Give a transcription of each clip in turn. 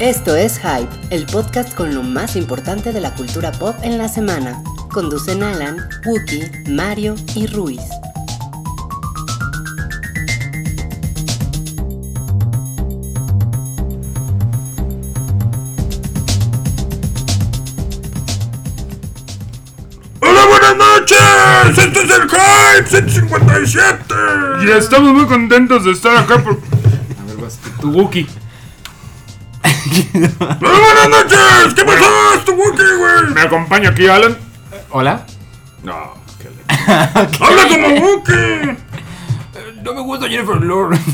Esto es Hype, el podcast con lo más importante de la cultura pop en la semana. Conducen Alan, Wookie, Mario y Ruiz. ¡Hola, buenas noches! ¡Este es el Hype 157! Y estamos muy contentos de estar acá por... A ver, vas, tu Wookie. ¡Hola, buenas noches! ¿Qué pasó? ¡Tu Wookiee, güey! ¿Me acompaña aquí Alan? Hola. No. qué le- ¡Habla como Wookiee! No me gusta Jennifer Lawrence.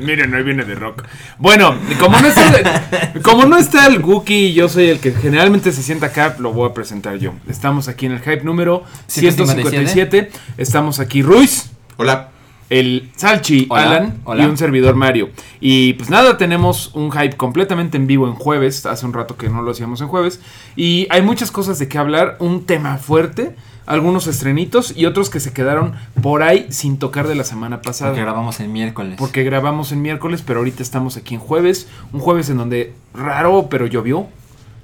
Miren, hoy viene de rock. Bueno, como no, está, como no está el Wookie y yo soy el que generalmente se sienta acá, lo voy a presentar yo. Estamos aquí en el hype número 157. Estamos aquí Ruiz, Hola. el Salchi, Hola, Alan hola. y un servidor Mario. Y pues nada, tenemos un hype completamente en vivo en jueves. Hace un rato que no lo hacíamos en jueves. Y hay muchas cosas de qué hablar. Un tema fuerte, algunos estrenitos y otros que se quedaron por ahí sin tocar de la semana pasada. Porque grabamos el miércoles. Porque grabamos en miércoles, pero ahorita estamos aquí en jueves. Un jueves en donde raro, pero llovió.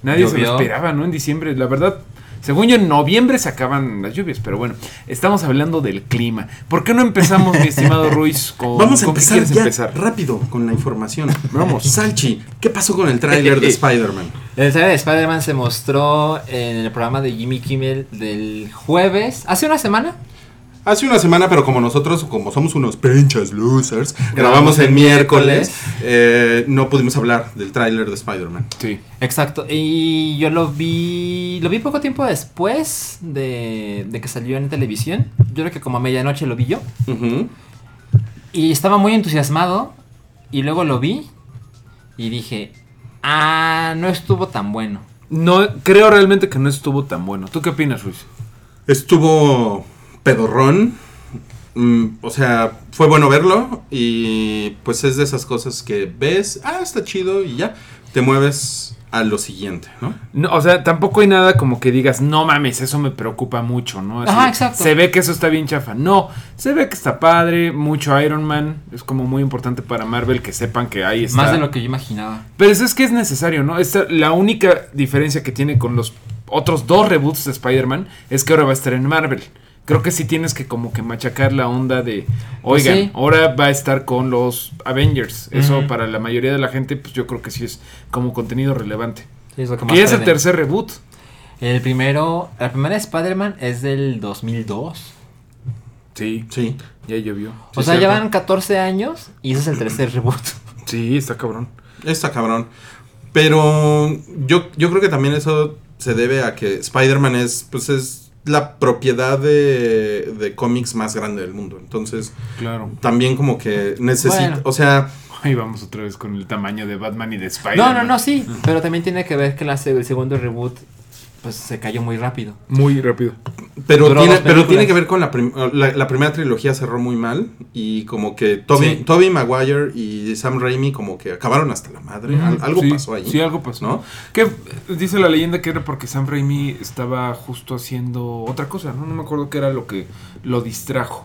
Nadie se Llovió. lo esperaba, ¿no? En diciembre, la verdad. Según yo, en noviembre se acaban las lluvias, pero bueno, estamos hablando del clima. ¿Por qué no empezamos, mi estimado Ruiz, con, Vamos a con qué empezar quieres ya empezar? rápido con la información. Vamos. Salchi, ¿qué pasó con el tráiler de Spider-Man? El trailer de Spider-Man se mostró en el programa de Jimmy Kimmel del jueves. ¿Hace una semana? Hace una semana, pero como nosotros, como somos unos pinches losers, grabamos el miércoles, eh, no pudimos hablar del tráiler de Spider-Man. Sí. Exacto. Y yo lo vi. Lo vi poco tiempo después de, de que salió en televisión. Yo creo que como a medianoche lo vi yo. Ujú. Y estaba muy entusiasmado. Y luego lo vi. Y dije. Ah, no estuvo tan bueno. No, creo realmente que no estuvo tan bueno. ¿Tú qué opinas, Ruiz? Estuvo pedorrón. Mm, o sea, fue bueno verlo y pues es de esas cosas que ves, ah, está chido y ya, te mueves a lo siguiente, ¿no? No, o sea, tampoco hay nada como que digas, no mames, eso me preocupa mucho, ¿no? Ajá, exacto. Se ve que eso está bien chafa. No, se ve que está padre, mucho Iron Man. Es como muy importante para Marvel que sepan que ahí está. Más de lo que yo imaginaba. Pero es que es necesario, ¿no? Esta, la única diferencia que tiene con los otros dos reboots de Spider-Man es que ahora va a estar en Marvel. Creo que sí tienes que como que machacar la onda de, Pues oigan, sí. ahora va a estar con los Avengers. Eso Ujú. para la mayoría de la gente, pues yo creo que sí es como contenido relevante. Sí, es lo que más Que ya es el puede. tercer reboot. El primero, la primera Spider-Man es del 2002. Sí, Sí. ya llovió. o sea, ya van 14 años y ese es el tercer reboot. Sí, está cabrón. Está cabrón. Pero yo, yo creo que también eso se debe a que Spider-Man es, pues es la propiedad de, de cómics más grande del mundo. Entonces, Claro. también como que necesita, Bueno. o sea, Ahí vamos otra vez con el tamaño de Batman y de No, Spider-Man. no, no, sí. Pero también tiene que ver que la se- el segundo reboot pues se cayó muy rápido. Muy rápido. pero Duró tiene, dos pero películas. tiene que ver con la, prim- la, la primera trilogía cerró muy mal y como que Toby, Sí. Toby Maguire y Sam Raimi como que acabaron hasta la madre. Al- algo Sí, pasó ahí. Sí, algo pasó. ¿No? Que eh, dice la leyenda que era porque Sam Raimi estaba justo haciendo otra cosa, ¿no? No me acuerdo qué era lo que lo distrajo.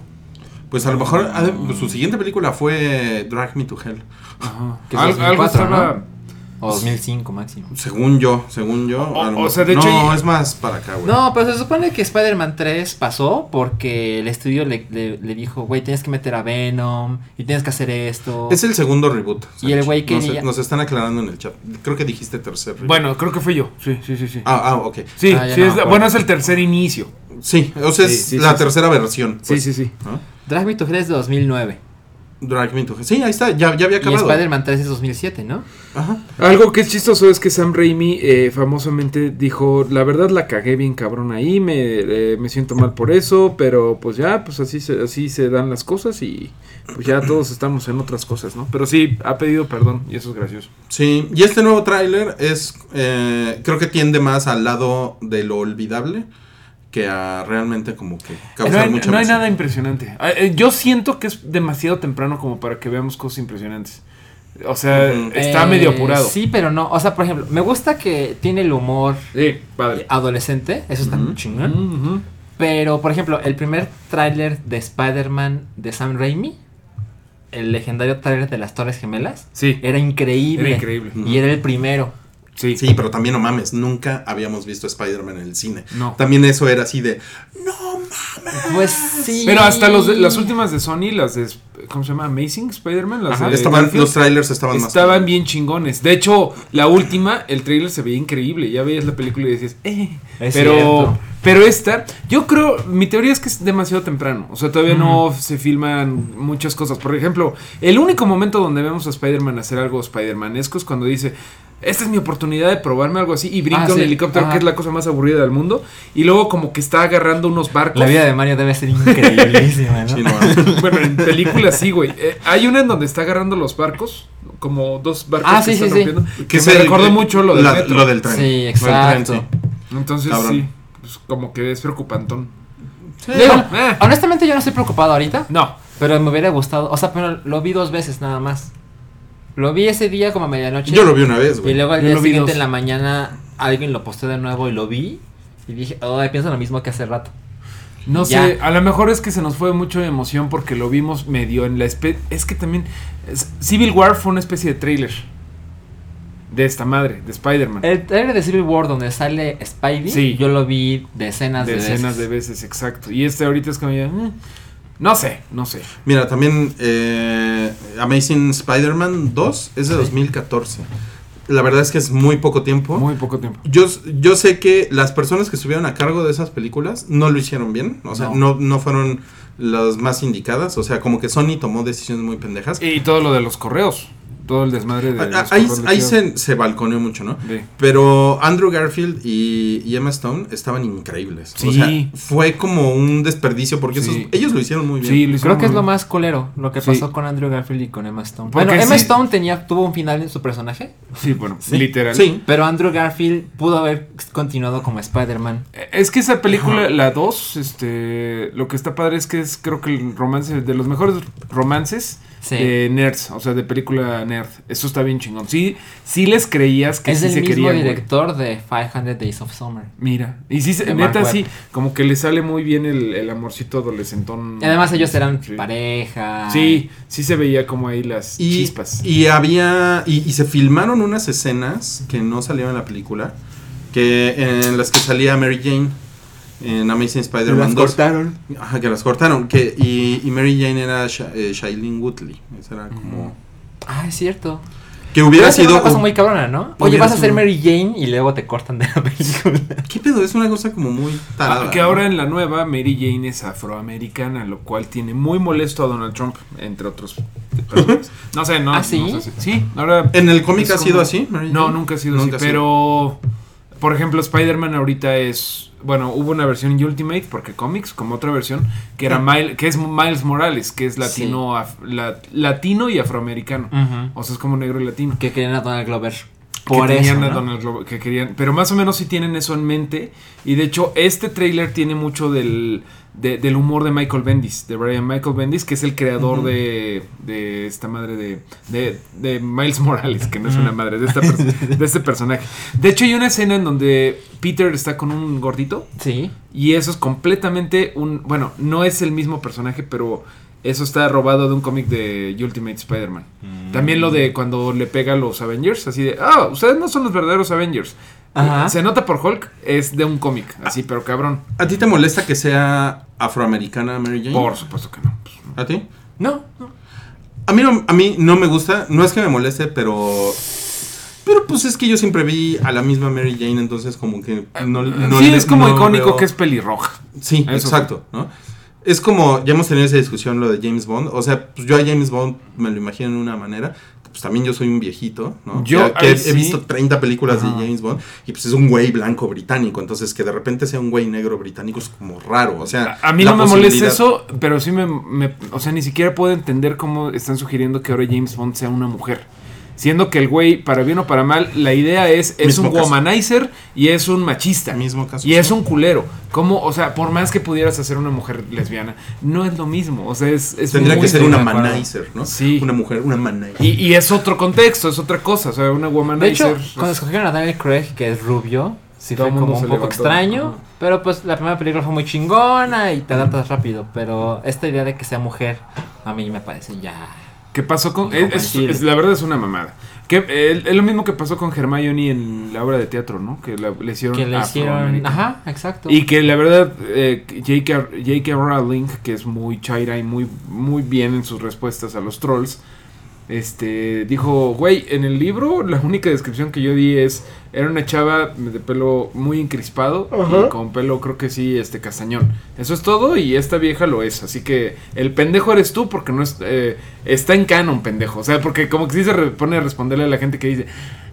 Pues a lo mejor ah, su siguiente película fue Drag Me to Hell. Ah. Ajá. Que es Al- 2004, algo estaba. O 2005 máximo. Según yo, según yo. O- a lo o mejor- sea, de hecho, No, y- es más para acá, güey. No, pero se supone que Spider-Man 3 pasó porque el estudio le, le- le dijo, güey, tienes que meter a Venom y tienes que hacer esto. Es el segundo reboot. Sancho. Y el güey que Nos, ya- nos están aclarando en el chat. Creo que dijiste tercer reboot. Bueno, creo que fui yo. Sí, sí, sí, sí. Ah, ah, ok. Sí, Ah, ya sí no me es- acuerdo. bueno, es el tercer inicio. Sí, o sea, es Sí, sí, la sí, sí. tercera versión. pues, sí, sí, sí. ¿no? Drag Me to Hell es de 2009. Drag Me to Hell. Sí, ahí está, ya, ya había Y acabado. Spider-Man 3 es 2007, ¿no? Ajá. Algo que es chistoso es que Sam Raimi eh, famosamente dijo, la verdad la cagué bien cabrón ahí, me, eh, me siento mal por eso, pero pues ya, pues así se, así se dan las cosas y pues ya todos estamos en otras cosas, ¿no? Pero sí, ha pedido perdón y eso es gracioso. Sí, y este nuevo tráiler es, eh, creo que tiende más al lado de lo olvidable que a realmente como que No causar hay, mucha no hay emoción. nada impresionante. Ah, eh, Yo siento que es demasiado temprano como para que veamos cosas impresionantes. O sea, Ujú. está Eh, medio apurado. Sí, pero no. O sea, por ejemplo, me gusta que tiene el humor Sí, Ah, padre. adolescente. Eso está chingón. Ujú. Pero, por ejemplo, el primer tráiler de Spider-Man de Sam Raimi el legendario trailer de las Torres Gemelas. Sí. Era increíble. Era increíble. Y era el primero. Sí. Sí, pero también no mames, nunca habíamos visto Spider-Man en el cine. No. También eso era así de, no mames. Pues sí. Pero hasta los de- las últimas de Sony, las de. ¿Cómo se llama? Amazing Spider-Man. Las Ajá, de estaban- Garfield, los trailers estaban más. estaban bien chingones. De hecho, la última, el trailer se veía increíble. Ya veías la película y decías, eh. Es pero, cierto. pero esta, yo creo, mi teoría es que es demasiado temprano. O sea, todavía no se filman muchas cosas. Por ejemplo, el único momento donde vemos a Spider-Man hacer algo Spider-Manesco es cuando dice. Esta es mi oportunidad de probarme algo así y brinca Ah, un sí, helicóptero, ajá. que es la cosa más aburrida del mundo. Y luego, como que está agarrando unos barcos. La vida de Mario debe ser increíblísima, ¿no? Sí, no mames. Bueno, en películas sí, güey. Eh, hay una en donde está agarrando los barcos, como dos barcos Ah, que sí, están sí, sí. rompiendo. Que Que es me el- recordó mucho lo del la- metro. Lo del tren. Sí, Lo del tren, exacto. Entonces Cabrón. sí, pues, como que es preocupantón. sí. Digo, eh. honestamente yo no estoy preocupado ahorita, No, pero me hubiera gustado, o sea, pero lo vi dos veces nada más. Lo vi ese día como a medianoche. Yo lo vi una vez, Y güey. luego al Yo día lo vi siguiente dos. en la mañana alguien lo posteó de nuevo y lo vi y dije, oh, pienso lo mismo que hace rato. no Ya. sé. A lo mejor es que se nos fue mucho de emoción porque lo vimos medio en la especie. Es que también. es- Civil War fue una especie de tráiler de esta madre, de Spider-Man. El trailer Eh, de Civil War donde sale Spidey, Sí. yo lo vi decenas de, Decenas de veces. veces, exacto. Y este ahorita es como ya. mm, no sé, no sé. Mira, también eh, Amazing Spider-Man 2 es de 2014. La verdad es que es muy poco ¿Oh? tiempo. Muy poco tiempo. Yo, yo sé que las personas que estuvieron a cargo de esas películas no lo hicieron bien. O sea, no, No. no, fueron las más indicadas. O sea, como que Sony tomó decisiones muy pendejas. Y todo lo de los correos. Todo el desmadre de. Ah, ah, los ahí correos ahí de- se, se balconeó mucho, ¿no? de- Pero Andrew Garfield y, y Emma Stone estaban increíbles. O Sí. sea, fue como un desperdicio porque Sí. esos- ellos lo hicieron muy bien. Sí, lo Creo hicieron que es muy lo bien. más colero lo que Sí. pasó con Andrew Garfield y con Emma Stone. Porque bueno, Emma sí. Stone tenía tuvo un final en su personaje, Sí, bueno, literal. Sí. pero Andrew Garfield pudo haber continuado como Spider-Man. Es que esa película, la 2, este, lo que está padre es que es, creo que el romance, de los mejores romances Sí. de nerds, o sea, de película nerd. Eso está bien chingón. Sí, sí les creías que es sí el se mismo querían. güey. Mm, director de 500 Days of Summer. Mira, y sí, se- De Mark neta, Webb. sí, como que le sale muy bien el, el amorcito adolescentón. Y además ellos eran Sí. pareja. Sí, sí se veía como ahí las Y, chispas. y había. Y, y se filmaron unas escenas que no salieron en la película. Que en las que salía Mary Jane en Amazing Spider-Man 2. cortaron. Ajá, que las cortaron. Que, y, y Mary Jane era Sha- eh, Shailene Woodley. Esa era como. Ah, es cierto. Que hubiera sido. una cosa muy cabrona, ¿no? Oye, hubiera vas a ser sido- Mary Jane y luego te cortan de la película. ¿Qué pedo? Es una cosa como muy tarada. Ah, que ahora en la nueva Mary Jane es afroamericana, lo cual tiene muy molesto a Donald Trump, entre otros. personajes. No sé, no. ¿Ah, sí? no sé si- sí, ahora. ¿En el cómic es ha como- sido así? Mary No, Jane? nunca ha sido Nunca ha así. Pero, por ejemplo, Spider-Man ahorita es. Bueno, hubo una versión Ultimate, porque cómics, como otra versión, que era Mile- que es Miles Morales, que es latino, af- la- latino y afroamericano. O sea, es como negro y latino. Que querían a Donald Glover. Que Por eso. tenían a ¿no? Donald Glover, que querían, pero más o menos sí tienen eso en mente. Y de hecho, este tráiler tiene mucho del, de- del humor de Michael Bendis, de Brian Michael Bendis, que es el creador de, de esta madre de, de, de Miles Morales, que no es una madre, de, esta pers- de este personaje. De hecho, hay una escena en donde Peter está con un gordito Sí. y eso es completamente un, bueno, no es el mismo personaje, pero eso está robado de un cómic de Ultimate Spider-Man. Mm. También lo de cuando le pega a los Avengers, así de, ah, ustedes no son los verdaderos Avengers. Ajá. Se nota por Hulk, es de un cómic, así, pero cabrón. ¿A ti te molesta que sea afroamericana Mary Jane? Por supuesto que no. pues, ¿A ti? No, no. A mí, no, a mí no me gusta, no es que me moleste, pero. Pero pues es que yo siempre vi a la misma Mary Jane, entonces como que no, no Eh, sí, le- es como no icónico veo- que es pelirroja. Sí, Eso. exacto, ¿no? Es como, ya hemos tenido esa discusión lo de James Bond, o sea, pues yo a James Bond me lo imagino de una manera, pues también yo soy un viejito, ¿no? Yo, Que- que ay, he, sí. visto 30 películas de James Bond y pues es un güey blanco británico, entonces que de repente sea un güey negro británico es como raro, o sea... A mí la no me molesta posibilidad- eso, pero sí me, me- O sea, ni siquiera puedo entender cómo están sugiriendo que ahora James Bond sea una mujer. Siendo que el güey, para bien o para mal, la idea es: es Mismo un caso. womanizer y es un machista. Mismo caso, Y es sí. un culero. Como, o sea, por más que pudieras hacer una mujer lesbiana, no es lo mismo. O sea, es. es Tendría muy que ser una desacuerdo. manizer, ¿no? Sí. Una mujer, una manizer. Y, y es otro contexto, es otra cosa. O sea, una De hecho, womanizer. cuando escogieron a Daniel Craig, que es rubio, sí pues, Todo fue el mundo como un se poco levantó. extraño. Ajá. Pero pues la primera película fue muy chingona y te adaptas rápido. Pero esta idea de que sea mujer, a mí me parece ya. Que pasó con. Hijo, es- es- mentira. es- la verdad es una mamada. Que, eh, es lo mismo que pasó con Hermione en la obra de teatro, ¿no? Que la- le hicieron. Que le hicieron. afroamericana. Ajá, exacto. Y que la verdad, eh, J.K. J.K. Rowling, que es muy chaira y muy, muy bien en sus respuestas a los trolls, este, dijo, güey, en el libro la única descripción que yo di es, era una chava de pelo muy encrispado y con pelo creo que sí, este castañón. Eso es todo y esta vieja lo es. Así que el pendejo eres tú porque no es, eh, está en canon, pendejo. O sea, porque como que sí se re- pone a responderle a la gente que dice...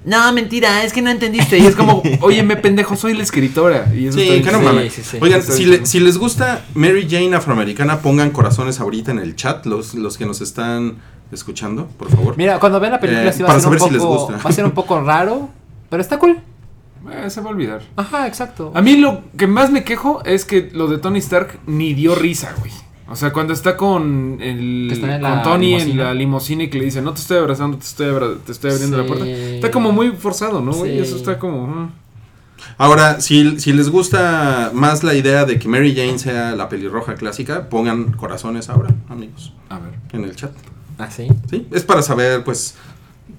No, mentira, es que no entendiste. Y es como, óyeme, pendejo, soy la escritora. Y eso está Sí, bien que no chido. mames. sí, sí. Oigan, Está si, bien. le- si les gusta Mary Jane afroamericana, pongan corazones ahorita en el chat, los, los que nos están escuchando, por favor. Mira, cuando vean la película Eh, sí va a para ser un saber si les poco. gusta. Va a ser un poco raro. Pero está cool. Eh, se va a olvidar. Ajá, exacto. A mí lo que más me quejo es que lo de Tony Stark ni dio risa, güey. O sea, cuando está con el Que está en con la Tony en limusina. la limusina y que le dice, "No te estoy abrazando, te estoy abra- te estoy abriendo Sí. la puerta." Está como muy forzado, ¿no, güey? Sí. Eso está como ujú. Ahora, si, si les gusta más la idea de que Mary Jane sea la pelirroja clásica, pongan corazones ahora, amigos, A ver. en el chat. Así. ¿Sí? Es para saber, pues,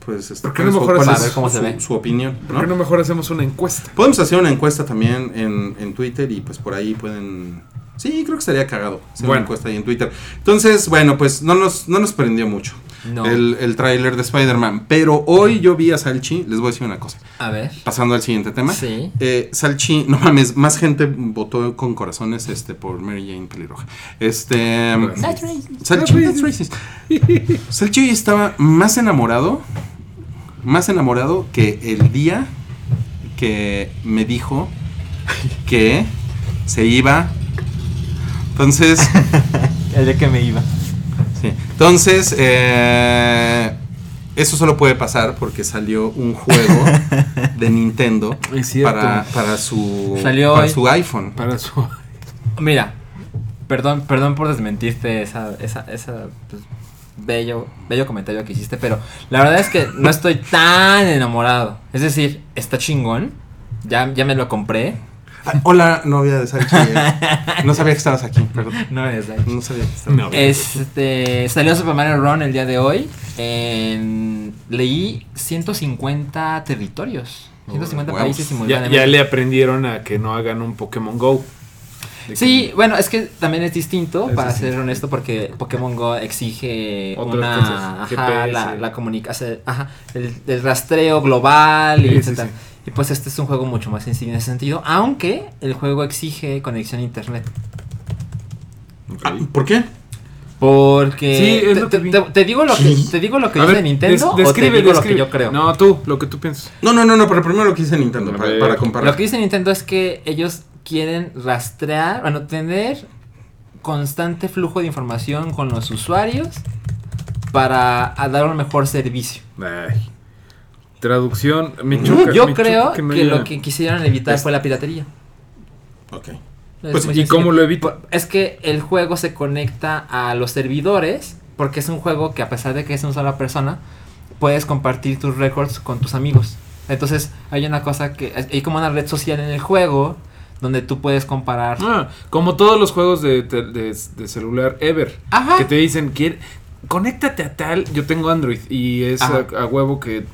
pues este, ¿Por qué cuál no es su- mejor cuál haces- es Para ver cómo su, se ve? su opinión. ¿Por qué no mejor hacemos una encuesta? Podemos hacer una encuesta también en, en Twitter y pues por ahí pueden... Sí, creo que estaría cagado hacer Bueno. una encuesta ahí en Twitter. Entonces, bueno, pues no nos, no nos prendió mucho No. el, el tráiler de Spider-Man. Pero hoy yo vi a Salchi, les voy a decir una cosa. A ver. Pasando al siguiente tema. Sí. Eh, Salchi, no mames, más gente votó con corazones este por Mary Jane Pelirroja. Este... That's racist. Salchi, that's racist. Salchi estaba más enamorado, más enamorado que el día que me dijo que se iba. Entonces, El de que me iba. sí. entonces eh, eso solo puede pasar porque salió un juego de Nintendo Es cierto. para, para su Salió para hoy. su iPhone. Para su Mira, perdón, perdón por desmentirte esa, esa, esa pues, bello, bello comentario que hiciste, pero la verdad es que no estoy tan enamorado. Es decir, está chingón. Ya, ya me lo compré. Ah, hola, novia de Salchi. eh. No sabía que estabas aquí, perdón. No es No sabía que estabas. Este salió Super Mario Run el día de hoy. En, leí 150 territorios. 150 Huevos. países ya, simultáneamente. ya le aprendieron a que no hagan un Pokémon Go. De Sí, bueno, es que también es distinto, Es para distinto. ser honesto, porque Pokémon Go exige Otras una cosas, ajá, GPS. la, la comunicación, ajá, el, el rastreo global y Sí, sí, etcétera. Y pues este es un juego mucho más sencillo en ese sentido, aunque el juego exige conexión a internet. Ah, ¿Por qué? Porque Sí, es te, lo que te- vi. te- te digo lo que te digo lo que A dice ver, Nintendo des- o te describe, digo describe. lo que yo creo. No, tú, lo que tú piensas. No, no, no, no, pero primero lo que dice Nintendo A para, ver. para comparar. Lo que dice Nintendo es que ellos quieren rastrear, bueno, tener constante flujo de información con los usuarios para a dar un mejor servicio. Ay. Traducción, me choca. Yo me creo choca que, no lo haya- que quisieron evitar fue la piratería. Ok. Es Pues, muy ¿Y sencillo. cómo lo evita? Es que el juego se conecta a los servidores porque es un juego que a pesar de que es una sola persona, puedes compartir tus récords con tus amigos. Entonces hay una cosa que... Hay como una red social en el juego donde tú puedes comparar... Ah, como todos los juegos de, tel- de- de celular ever. Ajá. Que te dicen, "Quier- conéctate a tal. Yo tengo Android y es a, Ajá. a huevo que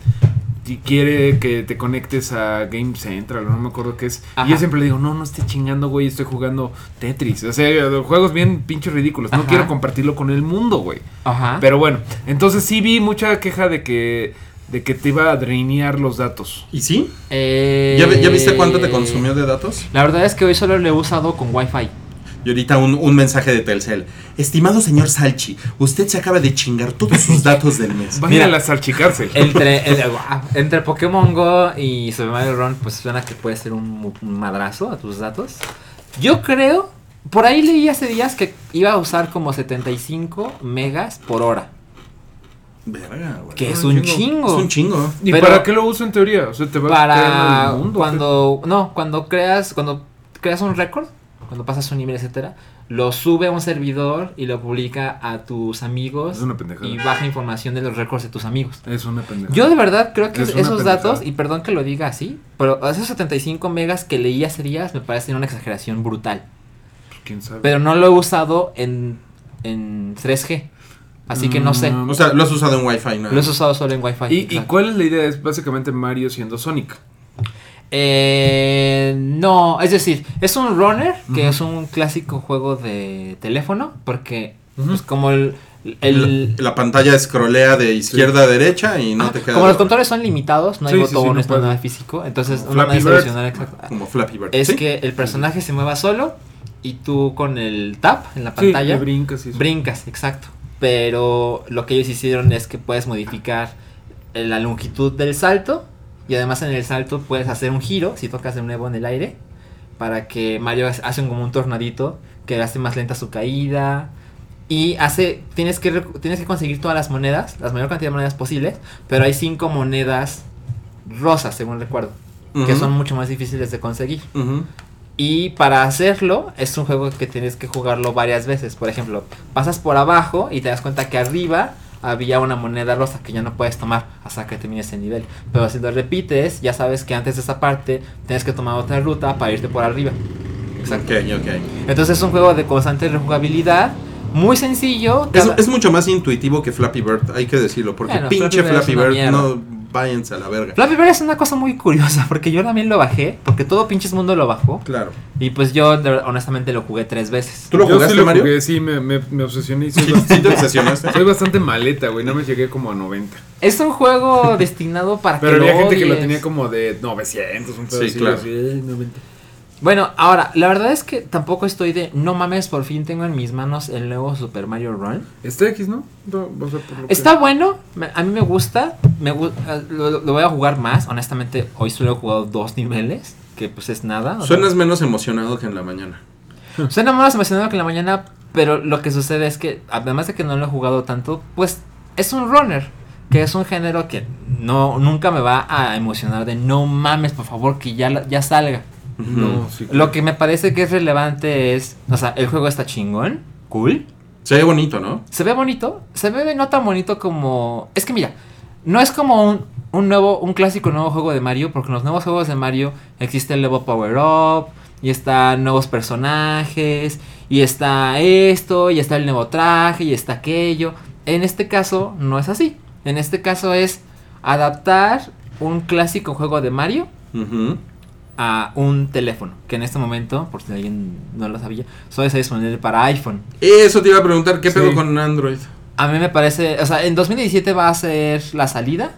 y quiere que te conectes a Game Central, no me acuerdo qué es. Ajá. Y yo siempre le digo, no, no estoy chingando, güey, estoy jugando Tetris. O sea, juegos bien pinches ridículos. No Ajá. Ah. quiero compartirlo con el mundo, güey. Ajá. Pero bueno, entonces sí vi mucha queja de que, de que te iba a drainear los datos. ¿Y sí? Eh, ¿Ya, ve- ya viste cuánto te consumió de datos? La verdad es que hoy solo lo he usado con Wi-Fi. Y ahorita un, un mensaje de Telcel. Estimado señor Salchi, usted se acaba de chingar todos sus datos del mes. Vayan Mira. Eh, a la salchicárcel. Entre, el- ah, entre Pokémon Go y Super Mario Run, pues suena que puede ser un, mu- un madrazo a tus datos. Yo creo, por ahí leí hace días que iba a usar como 75 megas por hora. Verga, güey. Que es Ah, un chingo. chingo. Es un chingo. ¿Y Pero- para qué lo uso en teoría? O sea, te va a para quitar el mundo, cuando no cuando creas cuando creas un récord cuando pasas un nivel etcétera lo sube a un servidor y lo publica a tus amigos Es una pendejada. y baja información de los récords de tus amigos Es una pendeja. yo de verdad creo que Es una esos pendejada. datos y perdón que lo diga así pero esos 75 megas que leí hace días me parecen una exageración brutal ¿Quién sabe? pero no lo he usado en en 3G Así que no sé. O sea, lo has usado en Wi-Fi, ¿no? Lo he usado solo en Wi-Fi. Mm, ¿Y, ¿Y exacto. cuál es la idea? Es básicamente Mario siendo Sonic. Eh, no, es decir, es un runner, que es un clásico juego de teléfono, porque pues, como el... el- La, la pantalla escrolea de izquierda a derecha y no Ah, te queda. como los de- controles son limitados, no hay Sí, sí, sí, botones, no no hay puede. nada físico, entonces Como no Flappy hay Bird. seleccionar exacto. Como Flappy Bird. Es ¿sí? que el personaje se mueva solo y tú con el tap en la Sí, pantalla le brincas y eso. brincas, exacto. Pero lo que ellos hicieron es que puedes modificar eh, la longitud del salto y además en el salto puedes hacer un giro si tocas de nuevo en el aire para que Mario hace hace como un tornadito que hace más lenta su caída y hace tienes que recu- tienes que conseguir todas las monedas, la mayor cantidad de monedas posibles, pero hay cinco monedas rosas, según recuerdo, que Ujú. son mucho más difíciles de conseguir. Ujú. Y para hacerlo es un juego que tienes que jugarlo varias veces. Por ejemplo, pasas por abajo y te das cuenta que arriba había una moneda rosa que ya no puedes tomar hasta que termines el nivel. Pero si lo repites, ya sabes que antes de esa parte tienes que tomar otra ruta para irte por arriba. Ok, ok. Entonces es un juego de constante rejugabilidad, muy sencillo. Es, cada- es mucho más intuitivo que Flappy Bird, hay que decirlo, porque Bueno, pinche Flappy Flappy Bird es Bird, una no váyanse a la verga. Flappy Bird es una cosa muy curiosa porque yo también lo bajé, porque todo pinches mundo lo bajó. Claro. Y pues yo de verdad, honestamente lo jugué tres veces. ¿Tú lo Yo jugaste, sí lo Mario? jugué, sí, me, me- me obsesioné. y Soy, Sí, bastante, sí te obsesionaste. soy bastante maleta, güey. No me llegué como a 90. Es un juego destinado para Pero Ah, que había lo gente que lo odies. tenía como de 900, un pedo Sí, así, claro. así, "Ay, 90". Bueno, ahora, la verdad es que tampoco estoy de, no mames, por fin tengo en mis manos el nuevo Super Mario Run. Está X, ¿no? No, o sea, por lo que- Está bueno, me- a mí me gusta, me gu- eh, lo, lo voy a jugar más, honestamente, hoy solo he jugado dos niveles, que pues es nada. o sea, Suenas menos emocionado que en la mañana. suena más emocionado que en la mañana, pero lo que sucede es que, además de que no lo he jugado tanto, pues es un runner, que es un género que no nunca me va a emocionar de no mames, por favor, que ya, la- ya salga. Ujú. No, sí. Lo que me parece que es relevante es, o sea, el juego está chingón, cool. Se ve bonito, ¿no? Se ve bonito, se ve no tan bonito como... Es que mira, no es como un, un nuevo, un clásico nuevo juego de Mario, porque en los nuevos juegos de Mario existe el nuevo Power Up, y están nuevos personajes, y está esto, y está el nuevo traje, y está aquello. En este caso no es así. En este caso es adaptar un clásico juego de Mario Ujú. a un teléfono, que en este momento, por si alguien no lo sabía, solo está disponible para iPhone. Eso te iba a preguntar, ¿qué pedo Sí. con Android? A mí me parece, o sea, en 2017 va a ser la salida,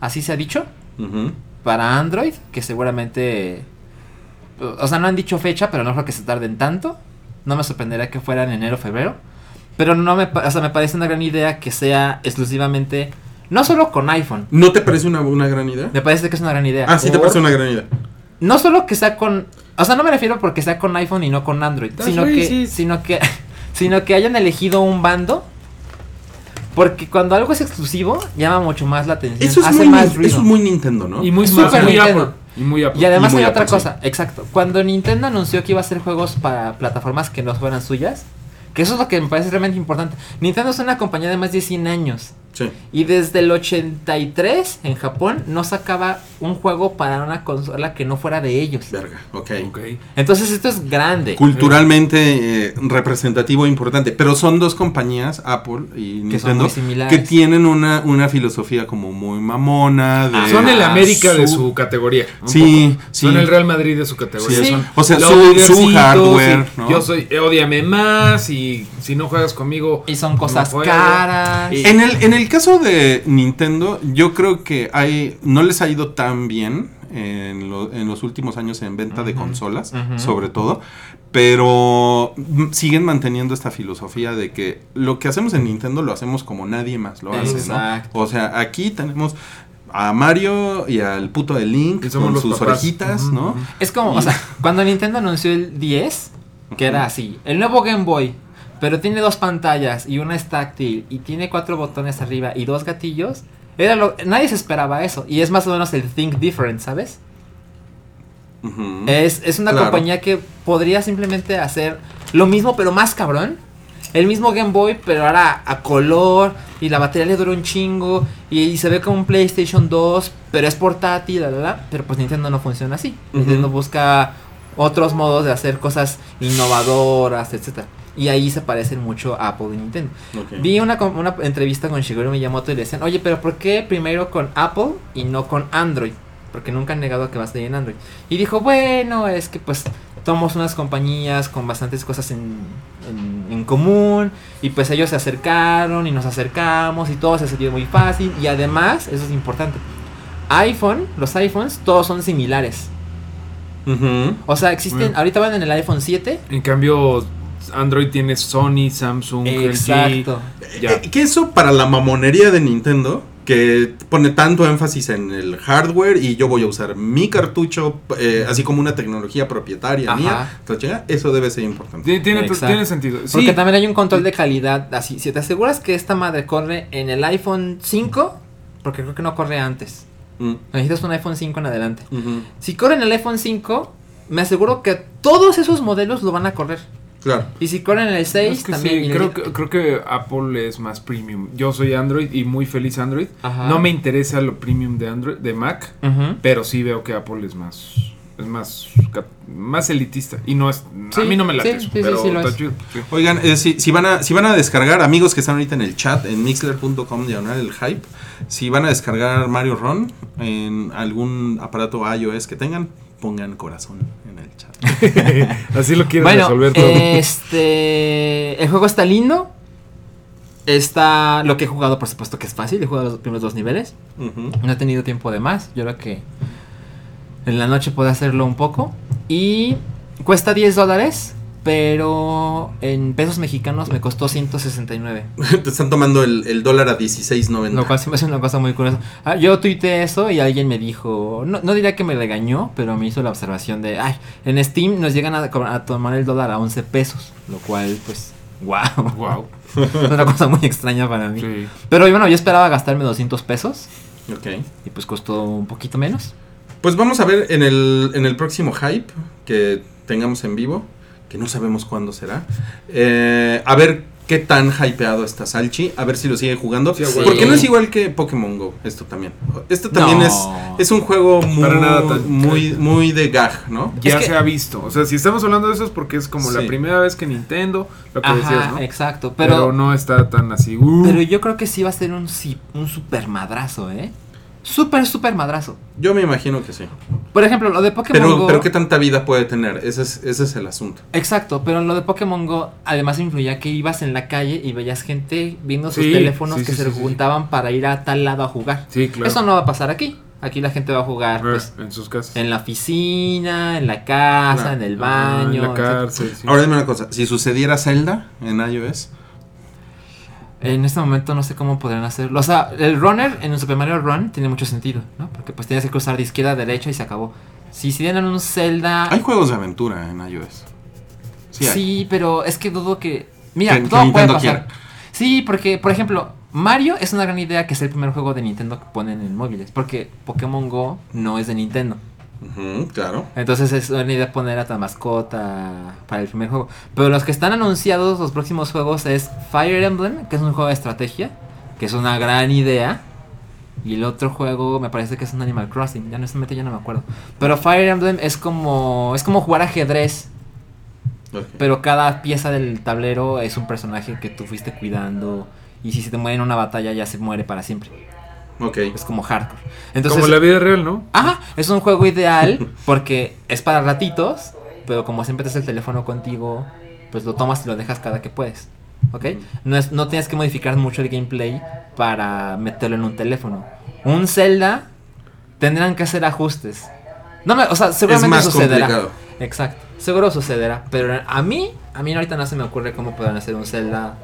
así se ha dicho, Ujú. para Android, que seguramente, o sea, no han dicho fecha, pero no creo que se tarden tanto. No me sorprendería que fuera en enero o febrero. Pero no me, pa- o sea, me parece una gran idea que sea exclusivamente, no solo con iPhone, ¿No te parece una, una gran idea? me parece que es una gran idea. Ah, sí, te Por- parece una gran idea. No solo que sea con. O sea, no me refiero porque sea con iPhone y no con Android. That's Sino que, racist. sino que. Sino que hayan elegido un bando. Porque cuando algo es exclusivo, llama mucho más la atención. Eso es, hace muy, más nin- eso ruido. es muy Nintendo, ¿no? Y muy, Super Mario, muy Nintendo. Apple. Y muy Apple. Y además Y muy hay otra Apple, cosa, exacto. Cuando Nintendo anunció que iba a hacer juegos para plataformas que no fueran suyas, que eso es lo que me parece realmente importante. Nintendo es una compañía de más de 100 años. Sí. Y desde el 83 en Japón no sacaba un juego para una consola que no fuera de ellos. Verga, ok. Ok. Entonces esto es grande. Culturalmente eh, representativo importante, pero son dos compañías, Apple y Que son Nintendo, muy similares. que tienen una, una filosofía como muy mamona. De Son el América de su- su categoría. un Sí, poco. sí. Son el Real Madrid de su categoría. Sí, son o sea, los su- su lídercitos hardware, y ¿no? Yo soy, eh, ódiame más y si no juegas conmigo. Y son cosas no juego. caras. Y- En el, en el caso de Nintendo, yo creo que hay, no les ha ido tan bien en, lo- en los últimos años en venta de consolas, ujú. sobre todo, pero mm, siguen manteniendo esta filosofía de que lo que hacemos en Nintendo lo hacemos como nadie más lo hace, Exacto. ¿no? O sea, aquí tenemos a Mario y al puto de Link Y somos con los sus papás. orejitas, Ujú, ¿no? ujú. Es como, o sea, cuando Nintendo anunció el 10, que era así, el nuevo Game Boy, pero tiene dos pantallas y una es táctil y tiene cuatro botones arriba y dos gatillos, era lo, nadie se esperaba eso y es más o menos el Think Different, ¿sabes? Ujú. Es, es una Claro. compañía que podría simplemente hacer lo mismo pero más cabrón. El mismo Game Boy pero ahora a color y la batería le dura un chingo y, y se ve como un PlayStation 2 pero es portátil, la, la, la. pero pues Nintendo no funciona así. Nintendo busca otros modos de hacer cosas innovadoras, etcétera. Y ahí se parecen mucho a Apple y Nintendo. Ok. Vi una, com- una entrevista con Shigeru Miyamoto y le decían, oye, pero ¿por qué primero con Apple y no con Android? Porque nunca han negado que va a salir en Android. Y dijo, bueno, es que pues somos unas compañías con bastantes cosas en, en- en común. Y pues ellos se acercaron y nos acercamos y todo se salió muy fácil. Y además, eso es importante, iPhone, los iPhones, todos son similares. Ujú. O sea, existen, Bueno. ahorita van en el iPhone 7. En cambio, Android tiene Sony, Samsung, LG, Exacto. ya. Eh, que eso para la mamonería de Nintendo, que pone tanto énfasis en el hardware y yo voy a usar mi cartucho, eh, así como una tecnología propietaria Ajá. mía, la chinga, eso debe ser importante. Tiene, tiene- Exacto. tiene sentido. Sí, Porque también hay un control de calidad. Así, si te aseguras que esta madre corre en el iPhone 5, porque creo que no corre antes. Mm, Necesitas un iPhone 5 en adelante. ujú, Si corre en el iPhone 5, me aseguro que todos esos modelos lo van a correr. Claro. Y si corre en el 6, es que también. sí, y en el- creo, que, creo que Apple es más premium. Yo soy Android y muy feliz Android. Ajá. No me interesa lo premium de Android, de Mac, Ujú. pero sí veo que Apple es más es más ca- más elitista y no es Sí, a mí no me late sí, eso, sí, sí, pero sí lo está es. chido, sí. Oigan, eh, si, si van a, si van a descargar, amigos que están ahorita en el chat, en mixler.com diagonal el hype, si van a descargar Mario Ron en algún aparato iOS que tengan, pongan corazón en el chat. Así lo quiero Bueno, eh, resolver todo. este. El juego está lindo. Está lo que he jugado, por supuesto que es fácil. He jugado los primeros dos niveles. Ujú. No he tenido tiempo de más. Yo creo que en la noche puedo hacerlo un poco. Y cuesta 10 dólares, pero en pesos mexicanos me costó 169. Te están tomando el, el dólar a 16.90. Lo cual se me hace una cosa muy curiosa. Ah, yo tuiteé eso y alguien me dijo, no, no diría que me regañó, pero me hizo la observación de, ay, en Steam nos llegan a, cobrar- a tomar el dólar a 11 pesos. Lo cual, pues, wow. Wow. es una cosa muy extraña para mí. Sí. Pero bueno, yo esperaba gastarme 200 pesos Ok. y pues costó un poquito menos. Pues vamos a ver en el, en el próximo hype que tengamos en vivo, que no sabemos cuándo será, eh, a ver qué tan hypeado está Salchi, a ver si lo sigue jugando. Sí, güey. Porque no es Sí. igual que Pokémon Go, esto también. Esto también No. es, es un juego muy, Para nada tan- muy, muy de gag, ¿no? Ya Es que- se ha visto. O sea, si estamos hablando de eso es porque es como la Sí. primera vez que Nintendo, lo que Ajá, decías, ¿no? exacto. Pero, Pero, no está tan así. uh, pero yo creo que sí va a ser un, si- un super madrazo, ¿eh? Super, super madrazo. Yo me imagino que sí. Por ejemplo, lo de Pokémon Pero, Go. pero qué tanta vida puede tener, ese es, ese es el asunto. Exacto, pero en lo de Pokémon Go, además influía que ibas en la calle y veías gente viendo sus Sí, teléfonos sí, que sí, se sí, sí. juntaban para ir a tal lado a jugar. Sí, claro. Eso no va a pasar aquí. Aquí la gente va a jugar, Eh, pues, en sus casas. en la oficina, en la casa, Claro. en el Ah, baño. en la etcétera. cárcel. sí. Ahora dime una cosa, si sucediera Zelda en iOS, En este momento no sé cómo podrían hacerlo. O sea, el runner en el Super Mario Run tiene mucho sentido, ¿no? Porque pues tienes que cruzar de izquierda a derecha y se acabó. Si si tienen un Zelda. hay juegos de aventura en iOS. Ah. sí, hay. pero es que dudo que. Mira, Que- que todo puede Nintendo quiera. pasar. Sí, porque, por ejemplo, Mario es una gran idea que es el primer juego de Nintendo que ponen en móviles. Porque Pokémon Go no es de Nintendo. Ujú, claro. Entonces es una idea poner a tu mascota para el primer juego. Pero los que están anunciados, los próximos juegos es Fire Emblem, que es un juego de estrategia, que es una gran idea. Y el otro juego me parece que es un Animal Crossing, ya honestamente ya no me acuerdo. Pero Fire Emblem es como es como jugar ajedrez, Ok. pero cada pieza del tablero es un personaje que tú fuiste cuidando y si se te muere en una batalla ya se muere para siempre. Ok. Es como hardcore. Entonces como la vida real, ¿no? Ajá, es un juego ideal porque es para ratitos, pero como siempre tienes el teléfono contigo, pues lo tomas y lo dejas cada que puedes. ¿Ok? No, es, no tienes que modificar mucho el gameplay para meterlo en un teléfono. Un Zelda tendrán que hacer ajustes. No, me- o sea, seguramente más sucederá. complicado. Exacto, seguro sucederá. Pero a mí, a mí ahorita no se me ocurre cómo puedan hacer un Zelda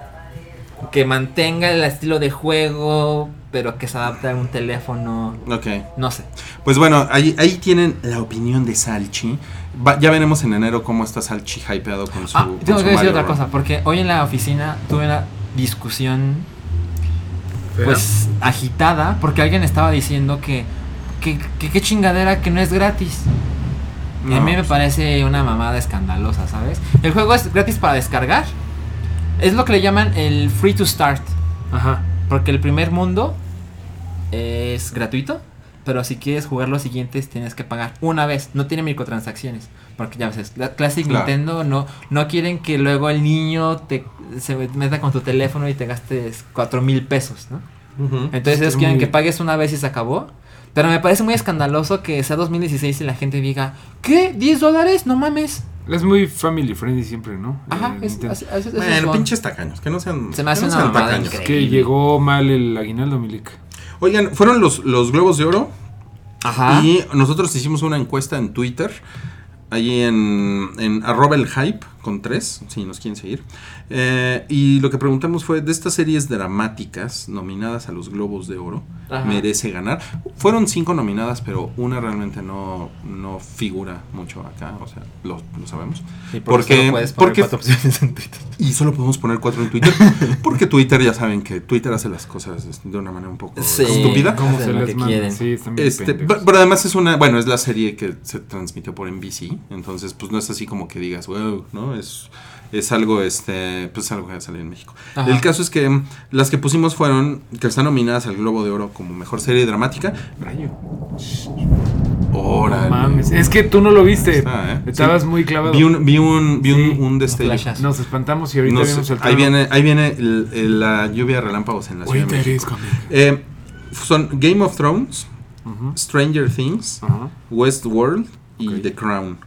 que mantenga el estilo de juego, pero que se adapte a un teléfono. Ok. No sé. Pues bueno, ahí, ahí tienen la opinión de Salchi. Va- ya veremos en enero cómo está Salchi hypeado con su. Ah, con tengo su que decir Mario otra Run. cosa, porque hoy en la oficina tuve una discusión Fea. pues agitada, porque alguien estaba diciendo que que, que- que chingadera que no es gratis. Y a No, mí me pues- parece una mamada escandalosa, ¿sabes? El juego es gratis para descargar. Es lo que le llaman el free to start, Ajá. porque el primer mundo es gratuito, Pero si quieres jugar los siguientes, tienes que pagar una vez. No tiene microtransacciones. Porque ya ves, la Classic Claro. Nintendo no, no quieren que luego el niño te, se meta con tu teléfono y te gastes cuatro mil pesos, ¿no? Ujú. Entonces ellos Está quieren muy que bien. pagues una vez y se acabó. Pero me parece muy escandaloso que sea 2016 y la gente diga, ¿qué? ¿10 dólares? No mames. Es muy family friendly siempre, ¿no? Ajá, Eh, es, Nintendo. es- es- es Mm, Bueno, eso. pinches tacaños, que no sean, Se me hace que no una sean mamada tacaños. increíble. Que llegó mal el aguinaldo, Milik. Oigan, fueron los, los globos de oro Ajá. y nosotros hicimos una encuesta en Twitter. Ahí en, en arroba el hype con tres, si nos quieren seguir. Eh, y lo que preguntamos fue, de estas series dramáticas nominadas a los Globos de Oro, Ajá. ¿merece ganar? Fueron cinco nominadas, pero una realmente no, no figura mucho acá, o sea, lo, lo sabemos. Y por Porque- eso no puedes poner porque- cuatro opciones en Twitter. Y solo podemos poner cuatro en Twitter, porque Twitter ya saben que Twitter hace las cosas de una manera un poco Sí. estúpida. Este, ¿Cómo ¿Cómo Hacen se lo les que manda? quieren. Sí, están bien Este, pendejos. pe- pero además es una, bueno, es la serie que se transmitió por NBC, entonces pues no es así como que digas, wow, ¿no? Es, es algo, este, pues algo que salió en México. Ajá. El caso es que mm, las que pusimos fueron, que están nominadas al Globo de Oro como Mejor Serie Dramática. Rayo. Órale. No mames. Es que tú no lo viste. Está, ¿eh? Estabas Sí. muy clavado. Vi un, vi un, vi un, Sí. un destello. flashazo. Nos espantamos y ahorita No sé, vimos el ahí trueno. viene, ahí viene el- el- la lluvia de relámpagos en la ciudad. Winter de México. is coming. Eh, son Game of Thrones, Ujú. Stranger Things, Ajá. Westworld y Ok. The Crown.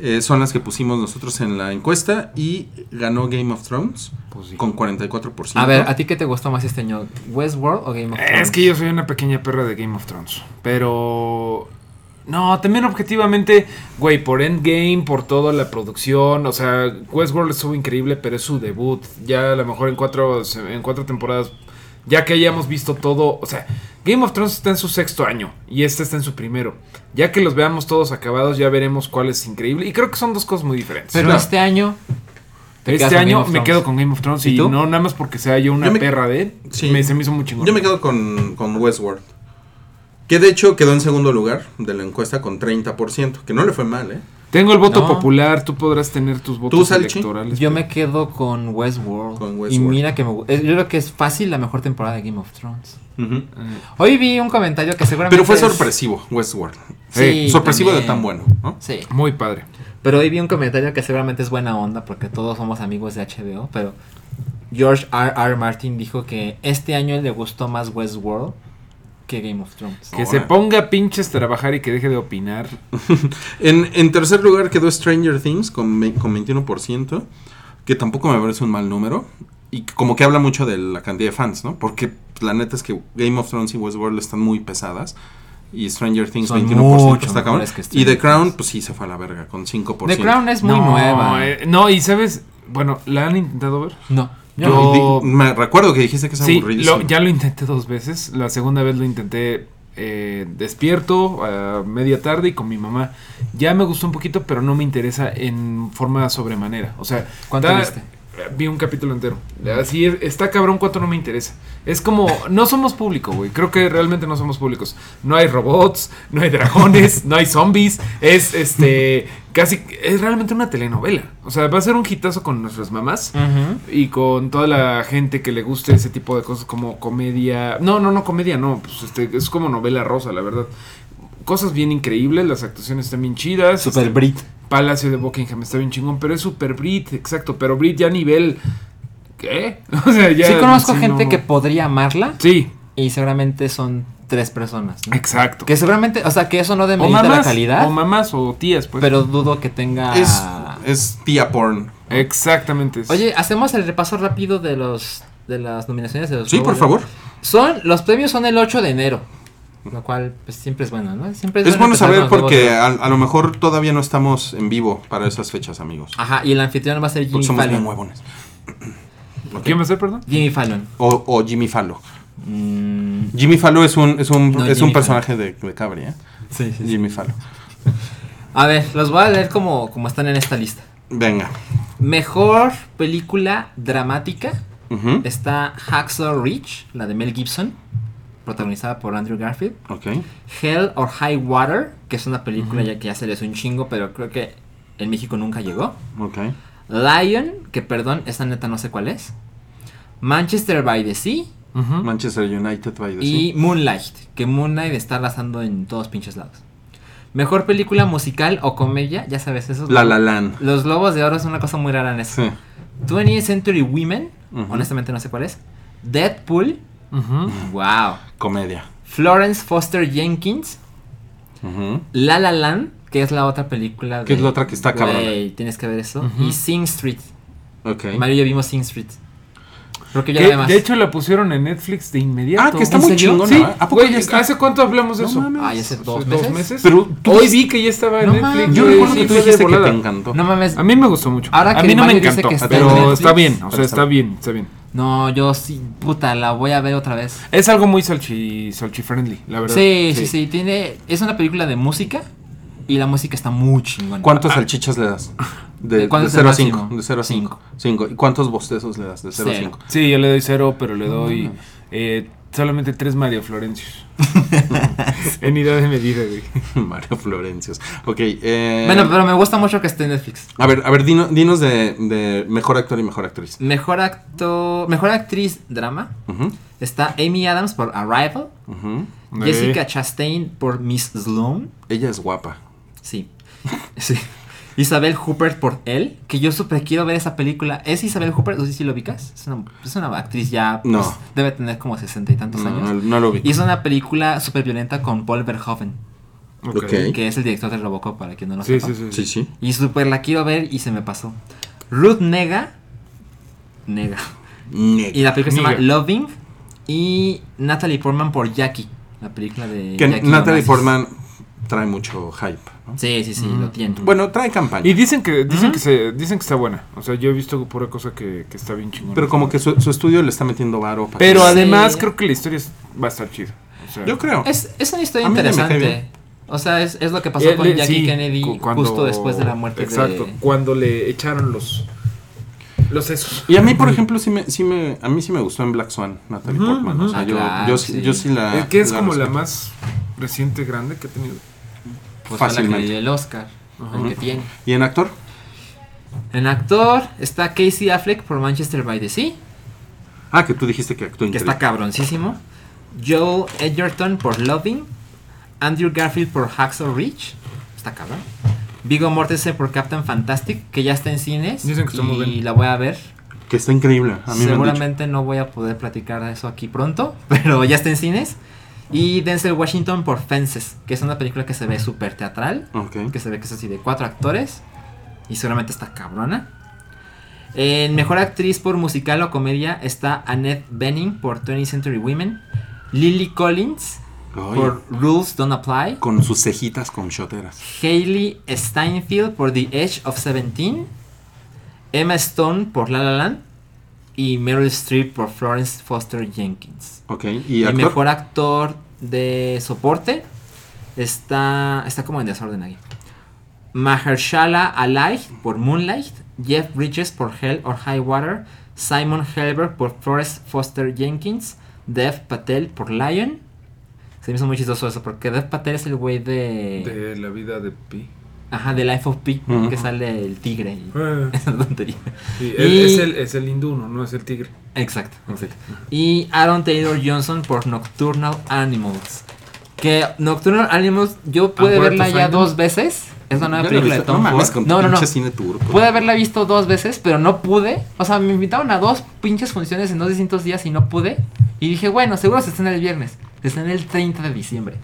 Eh, son las que pusimos nosotros en la encuesta y ganó Game of Thrones Pues sí. con 44%. A ver, ¿a ti qué te gustó más este año? ¿Westworld o Game of Thrones? Eh, Es que yo soy una pequeña perra de Game of Thrones. Pero. No, también objetivamente, güey, por Endgame, por toda la producción, o sea, Westworld estuvo increíble, pero es su debut. Ya a lo mejor en cuatro, en cuatro temporadas, ya que hayamos visto todo, o sea, Game of Thrones está en su sexto año y este está en su primero. Ya que los veamos todos acabados, ya veremos cuál es increíble. Y creo que son dos cosas muy diferentes. Pero Claro. este año. te quedas este con Game año of me Thrones. quedo con Game of Thrones ¿Y y, tú? no nada más porque sea yo una Yo me- perra de, Sí. me, se me hizo muy chingón. Yo me quedo con, con Westworld. Que de hecho quedó en segundo lugar de la encuesta con 30%, que no le fue mal, ¿eh? Tengo el voto No. popular, tú podrás tener tus votos Salchi? electorales. pero- Yo me quedo con Westworld. Con Y Westworld. mira que me gu- eh, Yo creo que es fácil la mejor temporada de Game of Thrones. Hoy vi un comentario que seguramente. Pero fue es- sorpresivo, Westworld. Sí, sorpresivo también. de tan bueno, ¿no? Sí. Muy padre. Pero hoy vi un comentario que seguramente es buena onda porque todos somos amigos de HBO, pero George R. R. Martin dijo que este año le gustó más Westworld que Game of Thrones. Que Ahora. se ponga pinches trabajar y que deje de opinar. En, en tercer lugar quedó Stranger Things con, ve- con 21%, que tampoco me parece un mal número. Y que como que habla mucho de la cantidad de fans, ¿no? Porque la neta es que Game of Thrones y Westworld están muy pesadas. Y Stranger Things Son 21% mucho está cabrón. mejores que Y Stranger The Crown, Things. pues sí, se fue a la verga con 5%. The Crown es muy No, nueva. eh, no, y sabes, bueno, ¿la han intentado ver? No, yo Yo- no. No, di- me recuerdo que dijiste que es Sí, aburridísimo. lo- ya lo intenté dos veces. La segunda vez lo intenté eh, despierto, a media tarde y con mi mamá. Ya me gustó un poquito, pero no me interesa en forma sobremanera. O sea, ¿Cuánto da- viste? Vi un capítulo entero. Así es- está cabrón cuánto no me interesa. Es como, no somos público, güey. Creo que realmente no somos públicos. No hay robots, no hay dragones, no hay zombies. Es este, casi, es realmente una telenovela. O sea, va a ser un hitazo con nuestras mamás Ujú. y con toda la gente que le guste ese tipo de cosas como comedia. No, no, no, comedia no. Pues este, es como novela rosa, la verdad. Cosas bien increíbles, las actuaciones están bien chidas. Super este, Brit. Palacio de Buckingham está bien chingón, pero es super Brit, exacto, pero Brit ya a nivel. ¿Qué? O sea, ya. sí conozco sí, gente no. que podría amarla Sí, y seguramente son tres personas. ¿no? exacto. Que seguramente, o sea, que eso no o demerita la mamás. calidad, O mamás o tías, pues. pero dudo que tenga... Es, Ah. es tía porn. Exactamente. es- Oye, hacemos el repaso rápido de los de las nominaciones de los Sí, Globos por de- favor. Son, los premios son el 8 de enero. Lo cual, pues siempre es bueno, ¿no? Siempre Es bueno empezar saber con los porque nuevos- a, a lo mejor todavía no estamos en vivo para esas fechas, amigos. Ajá, y el anfitrión va a ser Porque Jimmy somos bien Fallon. huevones. Ok. ¿Quién va a ser, perdón? Jimmy Fallon. O, o Jimmy Fallo. Mm, Jimmy Fallo es un, es un, No, es Jimmy un personaje de, de Cabri, ¿eh? sí, sí, sí. Jimmy Fallo. A ver, los voy a leer como, como están en esta lista. Venga. Mejor película dramática Ujú. está Hacksaw Ridge, la de Mel Gibson, protagonizada por Andrew Garfield. Ok. Hell or High Water, que es una película ya que ya se les un chingo, pero creo que en México nunca llegó. Ok. Lion, que perdón, esta neta no sé cuál es. Manchester by the Sea Ujú. Manchester United by the Y Sea. Moonlight, que Moonlight está arrasando en todos pinches lados. Mejor película musical o comedia, ya sabes, esos. La La Land. Los globos de oro es una cosa muy rara en eso. Sí. 20th Century Women, Ujú. honestamente no sé cuál es. Deadpool, Ujú. wow. Comedia. Florence Foster Jenkins, Ujú. La La Land, que es la otra película. de- Que es la otra que está cabrona. Güey, tienes que ver eso. Ujú. Y Sing Street. Ok. Mario y yo vimos Sing Street. Creo que ya Que, además. de hecho la pusieron en Netflix de inmediato. Ah, que está ¿En muy serio? chingona, Sí, ¿eh? ¿A poco güey, ya está? ¿hace cuánto hablamos de No eso? mames. Ay, Ah, hace dos ¿Hace meses. Pero tú Hoy dijiste- vi que ya estaba en No Netflix. mames. Yo güey, recuerdo sí, que tú fue de dijiste que te volada. Pues, encantó. No mames. A mí me gustó mucho. Ahora a que mí no me Mario dice encantó, que está pero en Netflix. está bien, o Pero sea, está está bien, está bien. No, yo sí. Puta, la voy a ver otra vez. Es algo muy salchi, salchi friendly, la verdad. Sí, sí, sí, tiene es una película de música y la música está muy chingona. ¿Cuántas salchichas le das? De, Ah. ¿De cuánto de es el 0 a máximo? 5. De 0 a 5. ¿Y cuántos bostezos le das? De 0 a Cero. 5. Sí, yo le doy cero, pero le doy eh, solamente tres Mario Florencios. en idea de medida, güey. Mario Florencios. Ok. Eh, Bueno, pero me gusta mucho que esté en Netflix. A ver, a ver dino- dinos de, de mejor actor y mejor actriz. Mejor acto, mejor actriz drama Ujú, está Amy Adams por Arrival, ujú. Ok. Jessica Chastain por Miss Sloan, Ella es guapa. sí. sí. Isabel Hooper por él, que yo súper quiero ver esa película. ¿Es Isabel Hooper? No sé si lo ubicas. Es una, es una actriz ya. pues, No. Debe tener como sesenta y tantos No, no, años. no lo vi. Y es una película súper violenta con Paul Verhoeven, Ok. Ok. que es el director de Robocop, para quien no lo Sí, sepa. sí, sí. Sí, sí. Y super la quiero ver y se me pasó. Ruth Nega. Nega. Y Neg- la película se llama Nega. Loving. Y Natalie Portman por Jackie. La película de. Que Jackie Natalie Onassis. Portman trae mucho hype. ¿no? Sí, sí, sí, Mm. lo tiene. Bueno, trae campaña. Y dicen que dicen que se dicen que está buena. O sea, yo he visto pura cosa que, que está bien chingona. pero como que su, su estudio le está metiendo varo. para Pero que- Sí. además creo que la historia es- va a estar chida. O sea, Yo creo. es, es una historia A mí ya me cae interesante. bien. O sea, es, es lo que pasó Eh, con le- Jackie sí, Kennedy cu- cuando- justo después de pues, la muerte Exacto, de. cuando le echaron los los sesos. Y a mí, por ejemplo, sí me, sí me, a mí sí me gustó en Black Swan, Natalie Portman. O sea, Ah, yo, claro, yo, sí- sí. yo sí la. Es eh, que es como respeto. la más reciente grande que ha tenido. Pues fue la que le dio Fácilmente. el Oscar. El que tiene. ¿Y en actor? En actor está Casey Affleck por Manchester by the Sea. Ah, que tú dijiste que actuó que está increíble. cabroncísimo. Joel Edgerton por Loving. Andrew Garfield por Hacksaw Ridge. Está cabrón. Vigo Mortensen por Captain Fantastic, que ya está en cines. Dicen que está muy y bien. la voy a ver. Que está increíble. A mí me han dicho. Seguramente no voy a poder platicar de eso aquí pronto, pero ya está en cines. Y Denzel Washington por Fences, que es una película que se ve súper teatral Ok. que se ve que es así de cuatro actores y seguramente está cabrona. En mejor actriz por musical o comedia está Annette Bening por 20th Century Women, Lily Collins Ay, por Rules Don't Apply, Con sus cejitas con shoteras. Hailey Steinfeld por The Edge of 17, Emma Stone por La La Land y Meryl Streep por Florence Foster Jenkins. Ok. Y ¿Y actor? mejor actor de soporte está, está como en desorden aquí. Mahershala Ali por Moonlight, Jeff Bridges por Hell or High Water, Simon Helberg por Forrest Foster Jenkins, Dev Patel por Lion. Se me hizo muy chistoso eso porque Dev Patel es el güey de, De la vida de Pi. ajá de Life of Pi Ujú. Ah. que sale el tigre y esa tontería. Ah, Sí, Y- es, es el, es el hindú, ¿no? No es el tigre. Exacto, exacto. Y Aaron Taylor Johnson por Nocturnal Animals. Que Nocturnal Animals, yo pude Humberto verla ya Franklin. dos veces. Es Ya una nueva lo he película de visto. Tom no mames, Ford. con No, no, no. pinche cine turco. Pude haberla visto dos veces, pero no pude. O sea, me invitaron a dos pinches funciones en dos distintos días y no pude. Y dije, bueno, seguro se estrena el viernes. Se estrena el 30 de diciembre.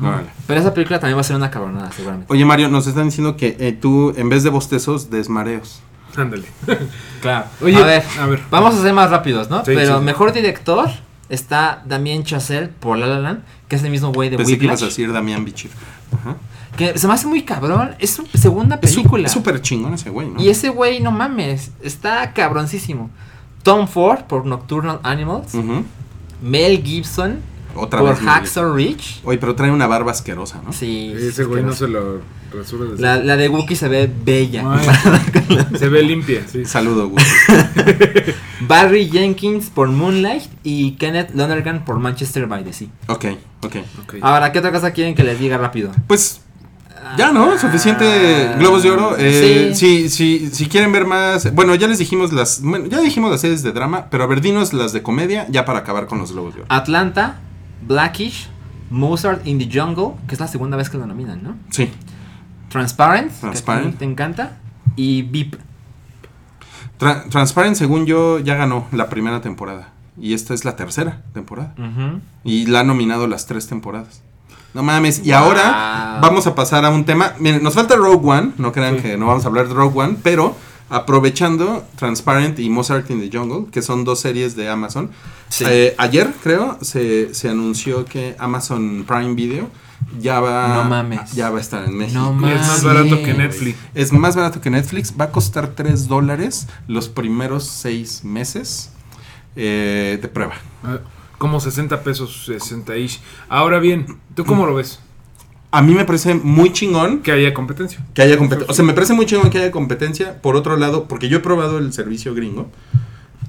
Órale. Pero esa película también va a ser una cabronada, seguramente. Oye, Mario, nos están diciendo que eh, tú, en vez de bostezos, desmareos. Ándale. Claro. Oye, a ver, a ver. vamos a ser más rápidos, ¿no? Sí, pero sí. mejor director está Damien Chazelle por La La Land, que es el mismo güey de Pensé que ibas Whiplash. a decir Damián Bichir. Ajá. Que se me hace muy cabrón. Es su segunda Es su- película. Es súper chingón ese güey, ¿no? y ese güey, no mames, está cabroncísimo. Tom Ford por Nocturnal Animals. Ujú. Mel Gibson Mm. Otra por vez. Mel Hacksaw Ridge. Oye, pero trae una barba asquerosa, ¿no? Sí. sí, Ese sí, güey no que se lo resuelve. La, la de Wookiee se ve bella. se ve limpia, sí. Saludo, güey. Barry Jenkins por Moonlight y Kenneth Lonergan por Manchester by the Sea. ok, ok. Ok. Ah, Ahora, ¿qué otra cosa quieren que les diga rápido? Ah, Pues Ya, ¿no? Suficiente Globos de Oro. Eh, sí. Si, si, quieren ver más. Bueno, ya les dijimos las. Bueno, ya dijimos las series de drama, pero a ver, dinos las de comedia ya para acabar con los Globos de Oro. Ah. Atlanta, Blackish, Mozart in the Jungle, que es la segunda vez que lo nominan, ¿no? Sí. Transparent, Transparent. Transparent. te encanta. Y Beep. Tra- Transparent, según yo, ya ganó la primera temporada. Y esta es la tercera temporada. Y la ha nominado las tres temporadas. No mames. Y ahora vamos a pasar a un tema. Miren, nos falta Rogue One. No crean que no vamos a hablar de Rogue One. Pero aprovechando Transparent y Mozart in the Jungle, que son dos series de Amazon. eh, ayer, creo, se, se anunció que Amazon Prime Video ya va, No mames. Ya va a estar en México. No Y es más mames. barato que Netflix. Es más barato que Netflix. Va a costar 3 dólares los primeros 6 meses eh, de prueba. Ah, Como 60 pesos, 60 ish. Ahora bien, ¿tú cómo lo ves? A mí me parece muy chingón Que haya competencia. que haya competencia. O sea, me parece muy chingón que haya competencia. Por otro lado, porque yo he probado el servicio gringo.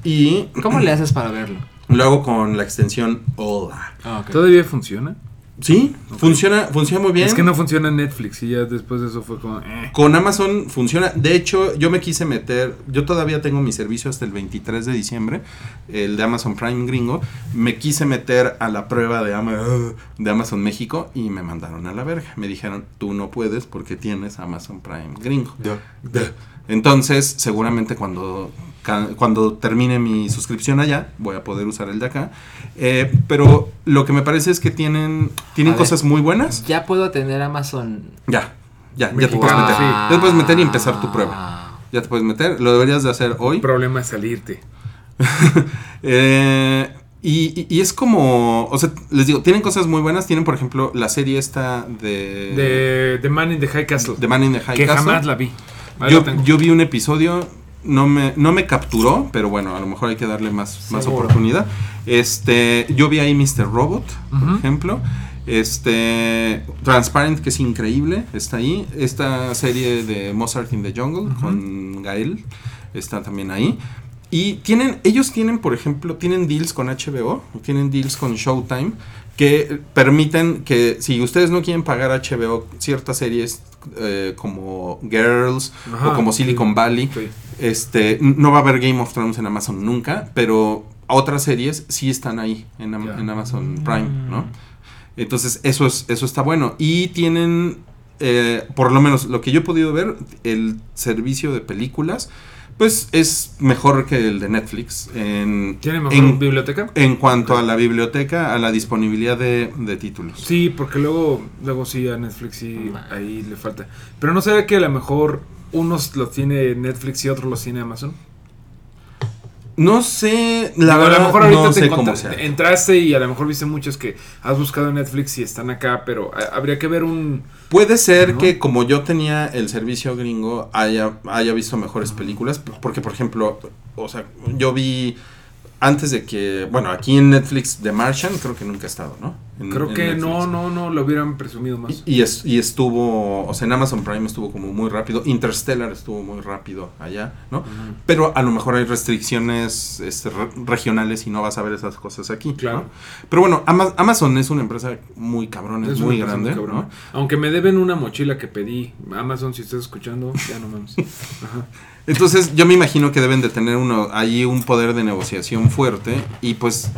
Y ¿Cómo le haces para verlo? lo hago con la extensión Hola. Ah, ok. ¿Todavía funciona? Sí, funciona, funciona muy bien. Es que no funciona Netflix y ya después de eso fue como... eh. Con Amazon funciona. De hecho, yo me quise meter. Yo todavía tengo mi servicio hasta el 23 de diciembre, el de Amazon Prime Gringo. Me quise meter a la prueba de, Ama- de Amazon México y me mandaron a la verga. Me dijeron, tú no puedes porque tienes Amazon Prime Gringo. Entonces, seguramente cuando, ca- cuando termine mi suscripción allá, voy a poder usar el de acá. Eh, pero lo que me parece es que tienen, tienen A ver. cosas muy buenas. Ya puedo tener Amazon. Ya, ya, ya te puedes Mexicano, meter. sí. Ya te puedes meter y empezar tu prueba. Ya te puedes meter, lo deberías de hacer hoy. El problema es salirte. Eh, y, y- y es como, o sea, les digo, tienen cosas muy buenas. Tienen, por ejemplo, la serie esta de... De The Man in the High Castle. Eh, de Man in the High que Castle. jamás la vi. Ahí yo, la tengo. yo vi un episodio, no me, no me capturó, pero bueno, a lo mejor hay que darle más, más Seguro. oportunidad. Este, yo vi ahí Mr. Robot, por ejemplo. Este Transparent, que es increíble, está ahí. Esta serie de Mozart in the Jungle con Gael está también ahí. Y tienen, ellos tienen, por ejemplo, tienen deals con HBO, tienen deals con Showtime, que permiten que si ustedes no quieren pagar HBO ciertas series eh, como Girls o Ajá, como Silicon Valley, Sí. este, n- no va a haber Game of Thrones en Amazon nunca, pero otras series sí están ahí en, Am- Ya. Mm. en Amazon Prime, ¿no? Entonces, eso, es, eso está bueno. Y tienen, eh, por lo menos lo que yo he podido ver, el servicio de películas, pues es mejor que el de Netflix. En, ¿Tiene mejor en, biblioteca? en cuanto a la biblioteca, a la disponibilidad de, de títulos. Sí, porque luego, luego sí a Netflix sí ahí le falta. Pero no será que a lo mejor unos los tiene Netflix y otros los tiene Amazon. No sé, la Digo, verdad, a lo mejor ahorita no te sé encontra- cómo sea. entraste y a lo mejor viste muchos que has buscado en Netflix y están acá, pero ah, habría que ver un Puede ser ¿No? que como yo tenía el servicio gringo haya, haya visto mejores películas, p- porque por ejemplo, o sea, yo vi antes de que, bueno, aquí en Netflix The Martian creo que nunca ha estado, ¿no? En- Creo en que no, Netflix. no, no, lo hubieran presumido más. Y, y es- y estuvo, o sea, en Amazon Prime estuvo como muy rápido, Interstellar estuvo muy rápido allá, ¿no? Pero a lo mejor hay restricciones este, re- regionales y no vas a ver esas cosas aquí. Claro. ¿no? Pero bueno, Ama- Amazon es una empresa muy cabrón, es, Es una muy empresa grande, cabrona. ¿no? Aunque me deben una mochila que pedí. Amazon, si estás escuchando, ya no mames. Pues Entonces yo me imagino que deben de tener uno ahí un poder de negociación fuerte y pues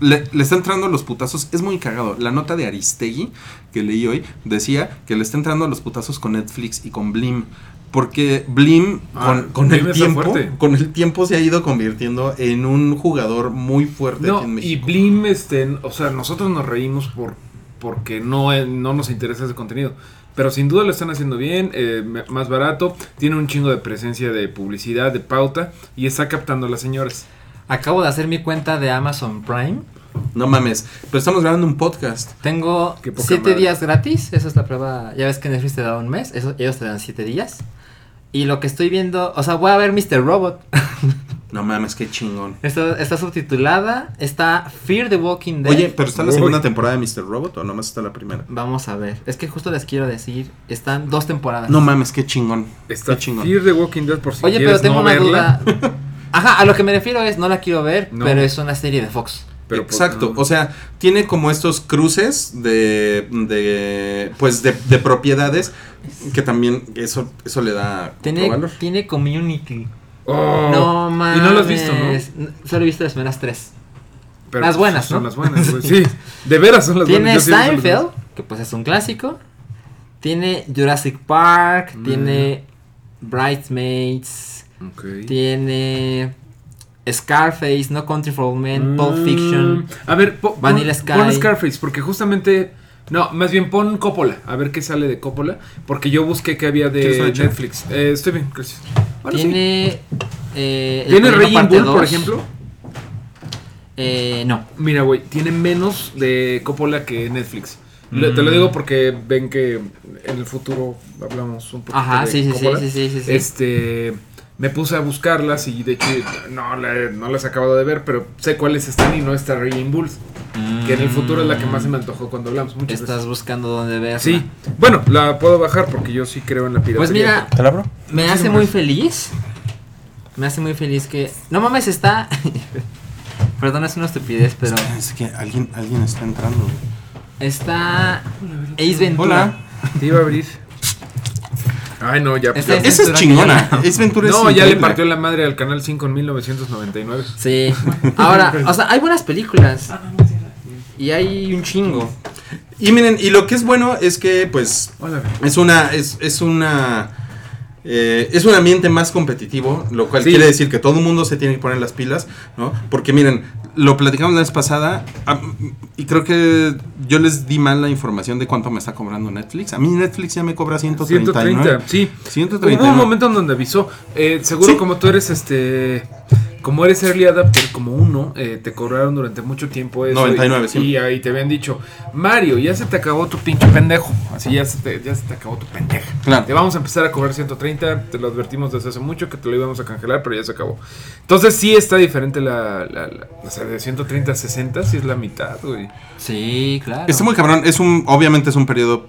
le, le está entrando los putazos. Es muy cagado. La nota de Aristegui que leí hoy decía que le está entrando los putazos con Netflix y con Blim. Porque Blim Ah, con, con Blim el está tiempo fuerte. con el tiempo se ha ido convirtiendo en un jugador muy fuerte aquí en No, y México. Blim, este, o sea, nosotros nos reímos por porque no, eh, no nos interesa ese contenido. Pero sin duda lo están haciendo bien, eh, me- más barato, tiene un chingo de presencia de publicidad, de pauta, y está captando a las señoras. Acabo de hacer mi cuenta de Amazon Prime. No mames. Pero estamos grabando un podcast. Tengo Qué poca 7 madre. días gratis. Esa es la prueba. Ya ves que Netflix te da un mes. Eso, ellos te dan 7 días. Y lo que estoy viendo. O sea, voy a ver Mr. Robot. No mames, qué chingón. está, está subtitulada. Está Fear the Walking Dead. Oye, pero está la Uy. segunda temporada de Mr. Robot o nomás está la primera. Vamos a ver. Es que justo les quiero decir. Están dos temporadas. No mames, qué chingón. Está qué chingón. Fear the Walking Dead por si Oye, pero quieres tengo no una verla. duda. Ajá, a lo que me refiero es, no la quiero ver, No. pero es una serie de Fox. Pero pues, Exacto, no. o sea, tiene como estos cruces de, de pues de, de propiedades que también eso eso le da otro Tiene, valor. tiene community. Oh, No mames. Y no lo has visto, ¿no? N- Solo he visto las primeras tres. Pero, Las pues, buenas, Son ¿no? las buenas, güey. Sí, de veras son las Tiene buenas. yo sí las- Steinfeld, que pues es un clásico. Tiene Jurassic Park. Mm. Tiene Bridesmaids. Ok. Tiene Scarface, No Country for Old Men, Pulp Mm, Fiction. A ver, po- Vanilla pon, Sky. pon Scarface, porque justamente. No, más bien pon Coppola, a ver qué sale de Coppola, porque yo busqué qué había ¿Quieres de una chela? Netflix. Eh, estoy bien, gracias. Bueno, sí. tiene. eh, El ¿Tiene Padrino Raging parte Bull, por dos. ejemplo? Eh, no. Mira, güey, tiene menos de Coppola que Netflix. Lo- Te lo digo porque ven que en el futuro hablamos un poco Ajá, de sí, sí, sí, Coppola. sí, sí, sí, sí. Este, me puse a buscarlas y de hecho no, la- no las he acabado de ver, pero sé cuáles están y no está Raging Bulls, que en el futuro es la que más se me antojó cuando hablamos. Muchas Estás gracias. buscando dónde ver. Sí, bueno, la puedo bajar porque yo sí creo en la piratería. Pues mira, ¿Te la abro? me hace muy feliz. Me hace muy feliz que. No mames, está. Perdón, es una estupidez, pero. Es que alguien alguien está entrando. Está. Ace Ventura. Hola. te iba a abrir. Ay, no, ya. Esta ya- Esa es Ventura chingona. que Es Ventura es no, ya le increíble. partió la madre al canal 5 en 1999. Sí. Ahora, o sea, hay buenas películas. Y hay un chingo. Y miren, y lo que es bueno es que pues Hola, es una es, es una eh, es un ambiente más competitivo, lo cual Sí. quiere decir que todo el mundo se tiene que poner las pilas, ¿no? Porque miren, lo platicamos la vez pasada ah, y creo que yo les di mal la información de cuánto me está cobrando Netflix. A mí Netflix ya me cobra 139. 130, sí. 139. Hubo un momento en donde avisó. Eh, seguro Sí. como tú eres este. Como eres early adapter, como uno, eh, te cobraron durante mucho tiempo eso. 99, y, sí. y ahí te habían dicho, Mario, ya se te acabó tu pinche pendejo. Así ya se te, ya se te acabó tu pendeja. Claro. Te vamos a empezar a cobrar 130. Te lo advertimos desde hace mucho que te lo íbamos a cancelar, pero ya se acabó. Entonces sí está diferente la. la- la- o sea, de 130 a 60, sí es la mitad, güey. Sí, claro. Está muy cabrón. Es un, obviamente es un periodo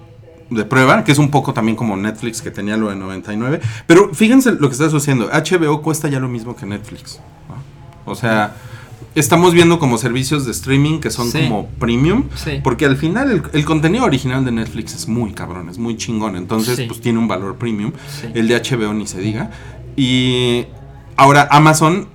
de prueba, que es un poco también como Netflix que tenía lo de 99. Pero fíjense lo que está sucediendo. HBO cuesta ya lo mismo que Netflix. ¿no? O sea, estamos viendo como servicios de streaming que son Sí. como premium. Sí. Porque al final el, el contenido original de Netflix es muy cabrón, es muy chingón. Entonces, Sí. pues tiene un valor premium. Sí. El de HBO ni se diga. Y ahora Amazon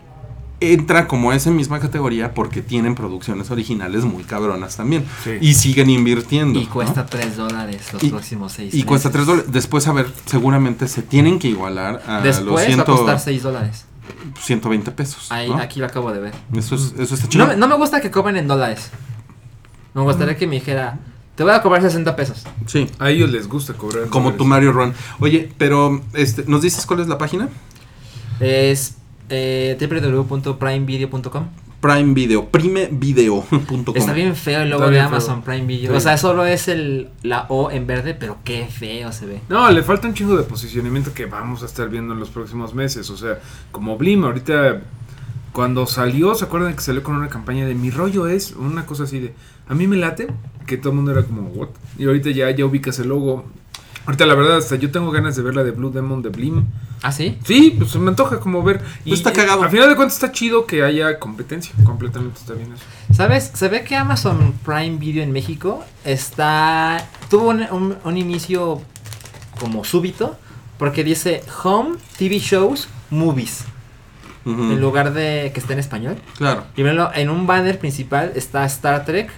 entra como a esa misma categoría porque tienen producciones originales muy cabronas también. Sí. Y siguen invirtiendo. Y ¿no? cuesta 3 dólares los Y- próximos 6 Y cuesta 3 dólares. Ah, Después, a ver, seguramente se tienen que igualar a los Después va a 100 costar 6 dólares. 120 pesos. Ahí, ¿no? Aquí lo acabo de ver. Eso, es, eso está chido. No, me- no me gusta que cobren en dólares. Me gustaría que me dijera, te voy a cobrar 60 pesos. Sí. A ellos les gusta cobrar. Como tu Mario Ron. Oye, pero este, ¿nos dices cuál es la página? Es eh, www.primevideo.com. Prime Video, primevideo.com. Está bien feo el logo Está de bien feo. Amazon Prime Video. Sí. O sea, solo es el, la O en verde, pero qué feo se ve. No, le falta un chingo de posicionamiento que vamos a estar viendo en los próximos meses. O sea, como Blim, ahorita cuando salió, ¿se acuerdan que salió con una campaña de mi rollo es? Una cosa así de, a mí me late, que todo el mundo era como, what? Y ahorita ya, ya ubicas el logo. Ahorita la verdad, hasta yo tengo ganas de ver la de Blue Demon de Blim. ¿Ah, sí? Sí, pues se me antoja como ver. Pues está cagado. Al final de cuentas está chido que haya competencia. Completamente está bien eso. ¿Sabes? Se ve que Amazon Prime Video en México está. tuvo un, un- un inicio como súbito. Porque dice Home, TV Shows, Movies. Mm. Ujú. En lugar de que esté en español. Claro. Primero, en un banner principal está Star Trek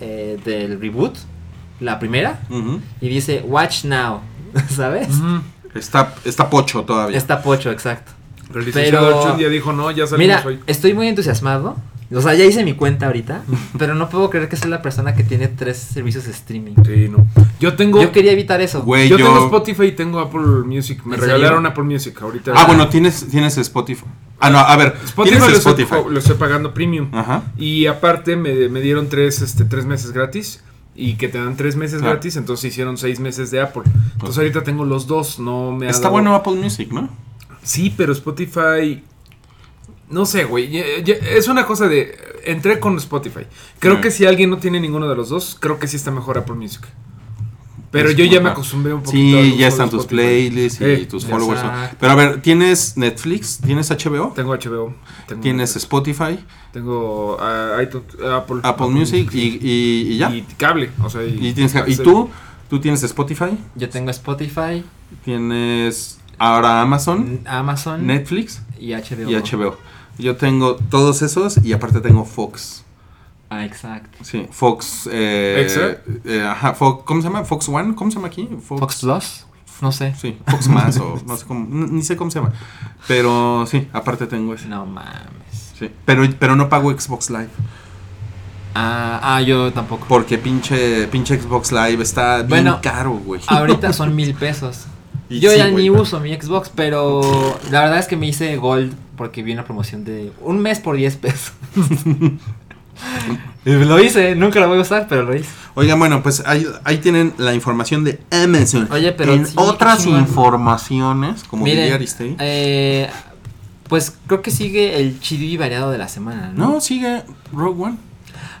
eh, del reboot. La primera. Ujú. Y dice Watch Now. ¿Sabes? está, está pocho todavía. Está Pocho, exacto. Pero Mm. el licenciado Pero- Archun ya dijo, no, ya salimos Mira, hoy. estoy muy entusiasmado. O sea, ya hice mi cuenta ahorita. pero no puedo creer que soy la persona que tiene tres servicios de streaming. Sí, no. Yo tengo... Yo quería evitar eso. Güey, yo, yo. tengo Spotify y tengo Apple Music. Me ¿En serio? regalaron Apple Music ahorita. Ah, bueno, tienes, tienes Spotify. Ah, no, a ver. Este, Spotify tienes lo, Spotify. Estoy, lo estoy pagando premium. Ajá. Y aparte me, me dieron tres, este, tres meses gratis. Y que te dan tres meses Ah. gratis, entonces hicieron seis meses de Apple. Entonces ahorita tengo los dos, no me ha Está dado- bueno Apple Music, ¿no? Sí, pero Spotify. No sé, güey. ya- ya- Es una cosa de. Entré con Spotify. Creo Mm. que si alguien no tiene ninguno de los dos, creo que sí está mejor Apple Music. Pero Es yo como ya me para- acostumbré un poquito. a Sí, los ya están tus juegos Spotify. playlists y Eh, tus exacto. followers. ¿no? Pero a ver, ¿tienes Netflix? ¿Tienes HBO? Tengo HBO. Tengo, ¿Tienes Spotify? Tengo ah, iTunes, Apple, ¿Apple Music? ¿Y, y- y ya? Y este, cable. O sea, Y, tienes, ¿y Access. tú? ¿Tú tienes Spotify? Yo tengo Spotify, ¿Tienes ahora Amazon? Amazon ¿Netflix? y HBO. Y HBO. Yo tengo todos esos y aparte tengo Fox. Ah, exacto. Sí, Fox. eh, ¿Extra? eh, ajá, Fo- ¿Cómo se llama? ¿Fox One? ¿Cómo se llama aquí? Fox Plus, no sé. Sí, Fox más o no sé cómo, n- ni sé cómo se llama. Pero sí, aparte tengo ese. No mames. Sí, pero, pero no pago Xbox Live. Ah, ah, yo tampoco. Porque pinche, pinche Xbox Live está bien Bueno, caro, güey. Ahorita son mil pesos. Y Yo sí, ya güey. ni uso mi Xbox, pero la verdad es que me hice Gold porque vi una promoción de un mes por 10 pesos. Y lo hice, nunca lo voy a usar, pero lo hice. Oigan, bueno, pues ahí, ahí tienen la información de Amazon. Oye, pero En sí, qué otras chingón. informaciones, como diría Miren, Aristegui. eh, pues creo que sigue el chido y variado de la semana, ¿no? No, sigue Rogue One.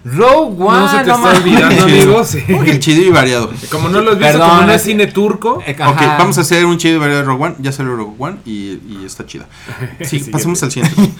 Rogue One, No se te está mames. olvidando, amigo. sí. Uy, El chido y variado. Como no lo has visto, Perdón, como no es es- cine turco. Eh, Ok, ajá. vamos a hacer un chido y variado de Rogue One. Ya salió Rogue One y, y está chida. Sí, pasemos al siguiente.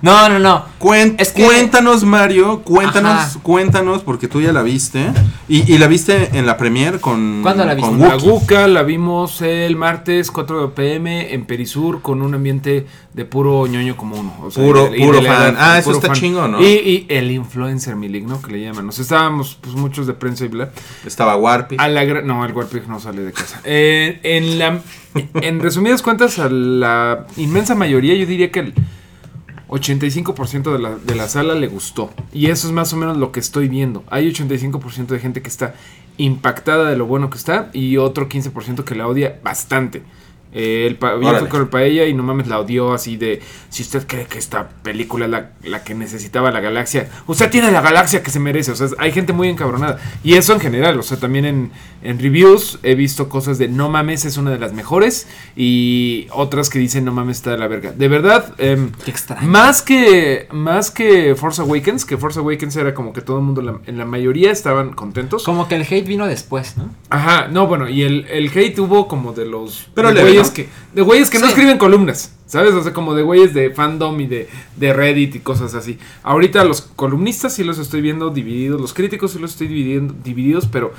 No, no, no. Cuen- Es que- Cuéntanos, Mario, cuéntanos, Ajá. cuéntanos, porque tú ya la viste. Y, y la viste en la premier con. ¿Cuándo la con viste? La Wookiee. Guca la vimos el martes 4 de pm en Perisur con un ambiente de puro ñoño común. o sea, Puro- y de- y puro de fan. edad, Ah, eso está chingo, ¿no? Y, y el influencer miligno que le llaman. Nos estábamos pues muchos de prensa y bla. Estaba Warpy. A la gra- no, el Warpig no sale de casa. Eh, en, la, en resumidas cuentas, a la inmensa mayoría, yo diría que el 85% de la, de la sala le gustó. Y eso es más o menos lo que estoy viendo. Hay 85% de gente que está impactada de lo bueno que está y otro 15% que la odia bastante. Eh, el pa- yo Órale. fui con el paella y no mames la odió así de si usted cree que esta película es la, la que necesitaba la galaxia, usted tiene la galaxia que se merece, o sea, hay gente muy encabronada y eso en general, o sea, también en, en reviews he visto cosas de no mames es una de las mejores y otras que dicen no mames está de la verga, de verdad em, Qué extraño. más que más que Force Awakens, que Force Awakens era como que todo el mundo, la- en la mayoría estaban contentos. Como que el hate vino después, ¿no? Ajá, no, bueno, y el, el hate hubo como de los Pero de leve, güeyes ¿no? que. De güeyes que no Sí. escriben columnas. ¿Sabes? O sea, como de güeyes de fandom y de, de Reddit y cosas así. Ahorita los columnistas sí los estoy viendo divididos, los críticos sí los estoy dividiendo, divididos, pero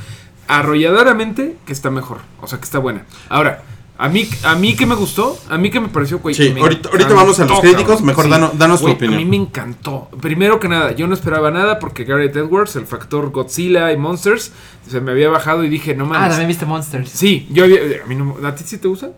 arrolladoramente que está mejor. O sea, que está buena. Ahora, a mí, a mí que me gustó, a mí que me pareció, güey. Sí, me ahorita- ahorita vamos a los críticos, mejor dano- danos tu Güey, opinión. A mí me encantó. Primero que nada, yo no esperaba nada porque Garrett Edwards, el factor Godzilla y Monsters, se me había bajado y dije, no Ah, mames. también viste Monsters. Pues, Sí, yo había. A, mí no- ¿a ti sí te usa?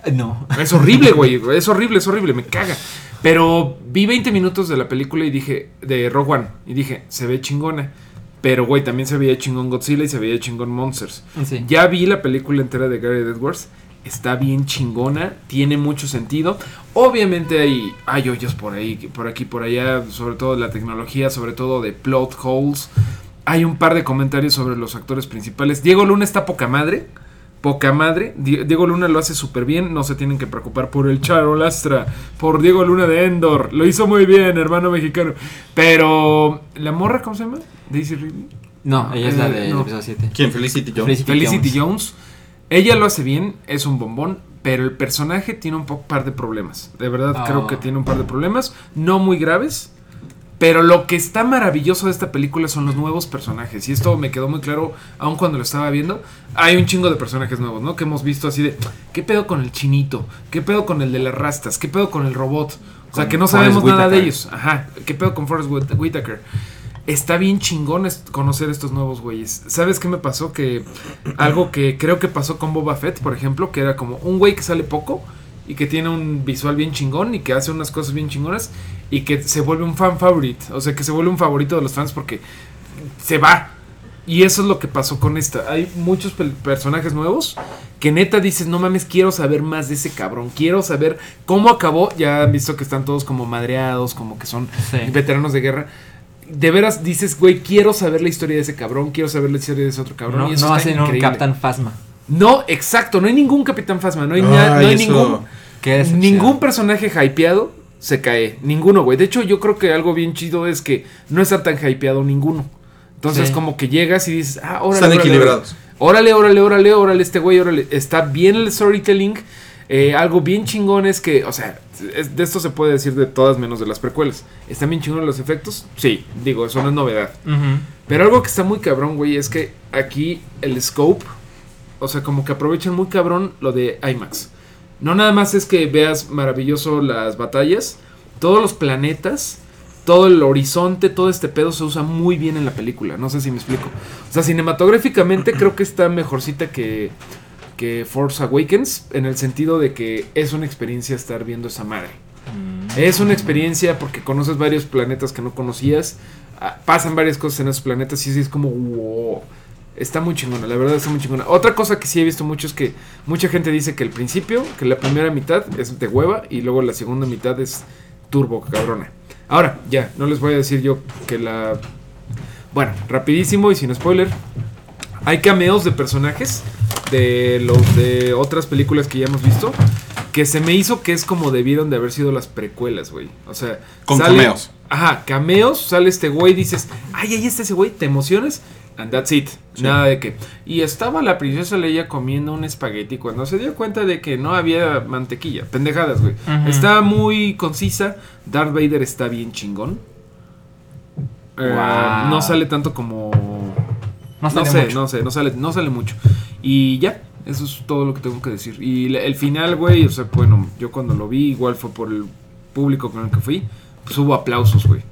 No. Es horrible, güey. Es horrible, es horrible, me caga. Pero vi 20 minutos de la película y dije, de Rogue One, y dije, se ve chingona. Pero, güey, también se veía chingón Godzilla y se veía chingón Monsters. Sí. Ya vi la película entera de Gary Edwards. Está bien chingona, tiene mucho sentido. Obviamente hay, hay hoyos por ahí, por aquí, por allá, sobre todo de la tecnología, sobre todo de plot holes. Hay un par de comentarios sobre los actores principales. Diego Luna está poca madre. Poca madre. Die- Diego Luna lo hace súper bien. No se tienen que preocupar por el charolastra. Por Diego Luna de Endor. Lo hizo muy bien, hermano mexicano. Pero. ¿La morra cómo se llama? Daisy Ridley. No, ella es la Eh, del no. episodio 7. ¿Quién? Felicity Jones. Felicity Felicity Jones. Jones. Ella lo hace bien, es un bombón, pero el personaje tiene un po- par de problemas. De verdad Ah. creo que tiene un par de problemas, no muy graves. Pero lo que está maravilloso de esta película son los nuevos personajes. Y esto me quedó muy claro aun cuando lo estaba viendo. Hay un chingo de personajes nuevos, ¿no? Que hemos visto así de, ¿qué pedo con el chinito? ¿Qué pedo con el de las rastas? ¿Qué pedo con el robot? O sea, Con que no Forrest sabemos nada de Whitaker. ellos. Ajá, ¿qué pedo con Forrest Whit- Whitaker? Está bien chingón es- conocer estos nuevos güeyes. ¿Sabes qué me pasó? Que algo que creo que pasó con Boba Fett, por ejemplo, que era como un güey que sale poco y que tiene un visual bien chingón y que hace unas cosas bien chingonas y que se vuelve un fan favorite, o sea, que se vuelve un favorito de los fans porque se va. Y eso es lo que pasó con esta. Hay muchos pel- personajes nuevos que neta dices, no mames, quiero saber más de ese cabrón, quiero saber cómo acabó. Ya han visto que están todos como madreados, como que son Sí. veteranos de guerra. De veras dices, güey, quiero saber la historia de ese cabrón, quiero saber la historia de ese otro cabrón. No, y eso no está hacen un increíble. Captain Phasma. No, exacto, no hay ningún Capitán Fasma, no hay, Ay, na- no hay eso- ningún Qué decepción. Ningún personaje hypeado se cae. Ninguno, güey. De hecho, yo creo que algo bien chido es que no está tan hypeado ninguno. Entonces, Sí. como que llegas y dices, ah, ahora. Están equilibrados. Órale, órale, órale, órale, este güey, órale. Está bien el storytelling. eh, algo bien chingón es que, o sea, es- de esto se puede decir de todas menos de las precuelas. ¿Están bien chingones los efectos? Sí, digo, eso no es novedad. Pero algo que está muy cabrón, güey, es que aquí el scope, o sea, como que aprovechan muy cabrón lo de IMAX. No nada más es que veas maravilloso las batallas, todos los planetas, todo el horizonte, todo este pedo se usa muy bien en la película. No sé si me explico. O sea, cinematográficamente creo que está mejorcita que, que Force Awakens, en el sentido de que es una experiencia estar viendo esa madre. Es una experiencia porque conoces varios planetas que no conocías. ah, Pasan varias cosas en esos planetas y sí es como wow. Está muy chingona, la verdad está muy chingona. Otra cosa que sí he visto mucho es que mucha gente dice que el principio, que la primera mitad es de hueva y luego la segunda mitad es turbo cabrona. Ahora, ya, no les voy a decir yo que la... Bueno, rapidísimo y sin spoiler. Hay cameos de personajes de los de otras películas que ya hemos visto que se me hizo que es como debieron de haber sido las precuelas, güey. O sea, Con cameos. Ajá, cameos, sale este güey, dices, ay, ahí está ese güey, te emocionas, and that's it. Nada de que. Y estaba la princesa Leia comiendo un espagueti cuando se dio cuenta de que no había mantequilla. Pendejadas, güey. Está muy concisa. Darth Vader está bien chingón. Eh, Wow. no sale tanto como. No sale sé, mucho. no sé, no sale, no sale mucho. Y ya, eso es todo lo que tengo que decir. Y la- el final, güey, o sea, bueno, yo cuando lo vi, igual fue por el público con el que fui, pues hubo aplausos, güey.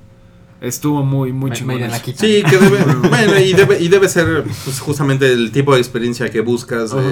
Estuvo muy, muy Me- me chingón. irán eso. aquí. Sí, que debe, bueno, y debe, y debe ser pues, justamente el tipo de experiencia que buscas de Ajá.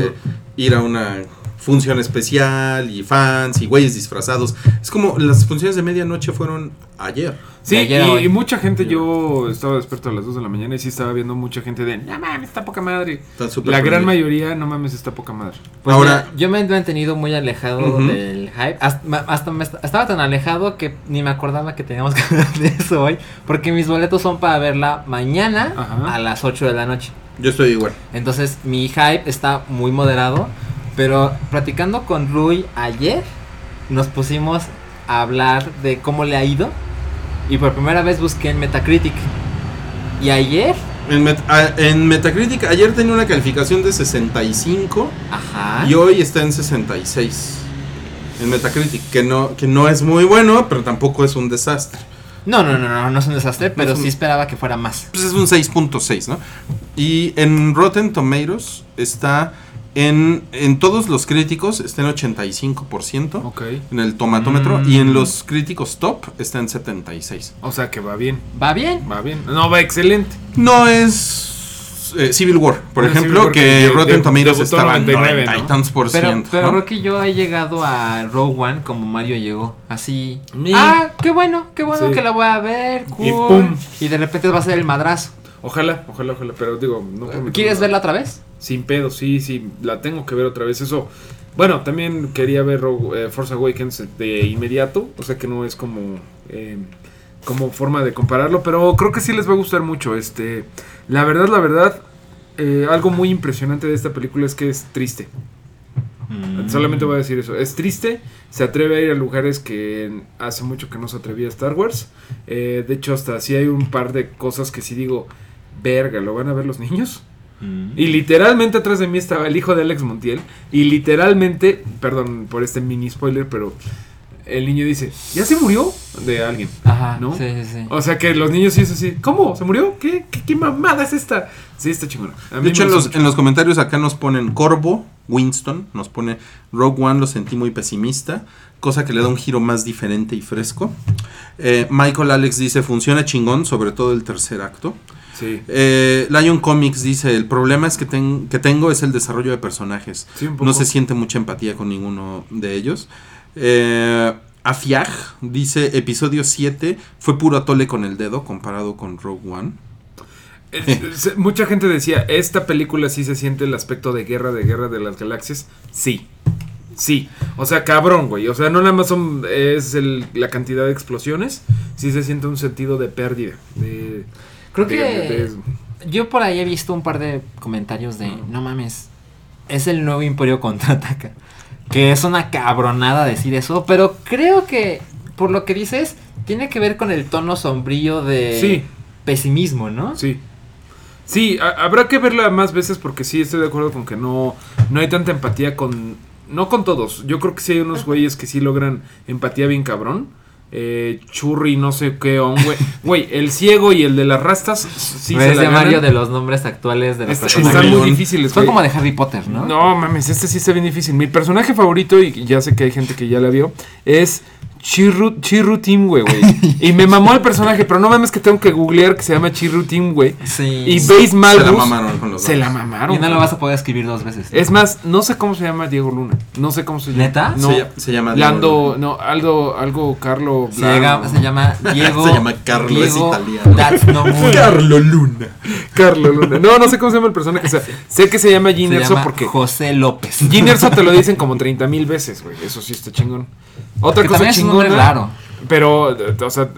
ir a una función especial y fans y güeyes disfrazados. Es como las funciones de medianoche fueron ayer. Sí, De ayer a y, hoy. y mucha gente, yo estaba despierto a las 2 de la mañana y sí estaba viendo mucha gente de, no mames, está poca madre. Está súper La gran prendido. mayoría, no mames, está poca madre. Pues Ahora- mira, yo me he mantenido muy alejado Ujú. del hype. Hasta, ma- hasta me est- estaba tan alejado que ni me acordaba que teníamos que hablar de eso hoy. Porque mis boletos son para verla mañana Ajá. a las 8 de la noche. Yo estoy igual. Entonces mi hype está muy moderado. Pero platicando con Rui ayer, nos pusimos a hablar de cómo le ha ido. Y por primera vez busqué en Metacritic. Y ayer, En, Met- a- en Metacritic ayer tenía una calificación de 65 ajá. y hoy está en 66. En Metacritic, que no, que no es muy bueno, pero tampoco es un desastre. No, no, no, no, no es un desastre, pero es un- sí esperaba que fuera más. Pues es un 6.6, ¿no? Y en Rotten Tomatoes está en, en todos los críticos está en 85%. Ok. En el tomatómetro y en los críticos top está en 76. O sea que va bien, Va bien. va bien. No, va excelente. No es eh, Civil War, por No es ejemplo, Civil War, que, que Rotten de- Tomatoes debutó estaba en 99, 90 y ¿no? tantos por Pero, ciento. pero ¿no? creo que yo he llegado a Rogue One como Mario llegó. Así. Mi- Ah, qué bueno, qué bueno Sí. que la voy a ver. Cool. Y pum. Y de repente va a ser el madrazo. Ojalá, ojalá, ojalá, pero digo, no prometo ¿Quieres nada. verla otra vez? Sin pedo, sí, sí, la tengo que ver otra vez. Eso, bueno, también quería ver Rogue- eh, Force Awakens de inmediato, o sea que no es como, eh, como forma de compararlo, pero creo que sí les va a gustar mucho. Este, la verdad, la verdad, eh, algo muy impresionante de esta película es que es triste. Solamente voy a decir eso. Es triste, se atreve a ir a lugares que hace mucho que no se atrevía a Star Wars. Eh, de hecho, hasta sí hay un par de cosas que sí digo, verga, ¿lo van a ver los niños? Y literalmente atrás de mí estaba el hijo de Alex Montiel. Y literalmente, perdón por este mini spoiler, pero el niño dice, ¿ya se murió? De alguien. Ajá. ¿No? Sí, sí, sí. O sea que los niños sí es así. ¿Cómo? ¿Se murió? ¿Qué, qué, qué mamada es esta? Sí, está chingona. A mí De me hecho, en gusta los, mucho. en los comentarios acá nos ponen Corvo, Winston, nos pone Rogue One, lo sentí muy pesimista, cosa que le da un giro más diferente y fresco. Eh, Michael Alex dice, funciona chingón, sobre todo el tercer acto. Sí. Eh, Lion Comics dice, el problema es que, ten- que tengo es el desarrollo de personajes. Sí, un poco. no se siente mucha empatía con ninguno de ellos. Eh, Afiaj dice, episodio 7 fue puro atole con el dedo comparado con Rogue One. Eh, eh, se- Mucha gente decía, esta película sí se siente el aspecto de guerra, de guerra de las galaxias. Sí. Sí. O sea, cabrón, güey. O sea, no nada más son, es el- la cantidad de explosiones. Sí se siente un sentido de pérdida. De, Creo de- que. de- Yo por ahí he visto un par de comentarios de. No mames. Es el nuevo Imperio contraataca. Que es una cabronada decir eso. Pero creo que. Por lo que dices. Tiene que ver con el tono sombrío de. Sí. Pesimismo, ¿no? Sí. Sí, ha- habrá que verla más veces porque sí estoy de acuerdo con que no, no hay tanta empatía con. No con todos. Yo creo que sí hay unos güeyes que sí logran empatía bien cabrón. Eh, churri, no sé qué, on, güey. Güey, el ciego y el de las rastas sí se es la de ganan. Este, Mario de los nombres actuales de los Está- personajes. están muy Son- difíciles, Son güey. como de Harry Potter, ¿no? ¿no? mames, este sí está bien difícil. Mi personaje favorito, y ya sé que hay gente que ya la vio, es Chirru, Chirru Timwe, güey. y me mamó el personaje, pero no mames que tengo que googlear que se llama Chirru Timwe. Sí. Y Base Malbus. Se la mamaron con los Se dos. la mamaron, Y no lo güey. vas a poder escribir dos veces. Es más, no sé cómo se llama Diego Luna. No sé cómo se llama. ¿Neta? No. Se, lla- se llama Diego Lando, Luna. no, Aldo, algo Carlo se, llega- Blanco. se llama Diego. Se llama Carlo, es Diego italiano. That's no Moon. Carlo Luna. Carlo Luna. No, no sé cómo se llama el personaje. o sea, sé que se llama Se Gin Erso llama porque José López. Gin Erso te lo dicen como 30 mil veces, güey. Eso sí está chingón. Otra Que cosa también es un nombre chingona. raro. Pero, eh, o sea,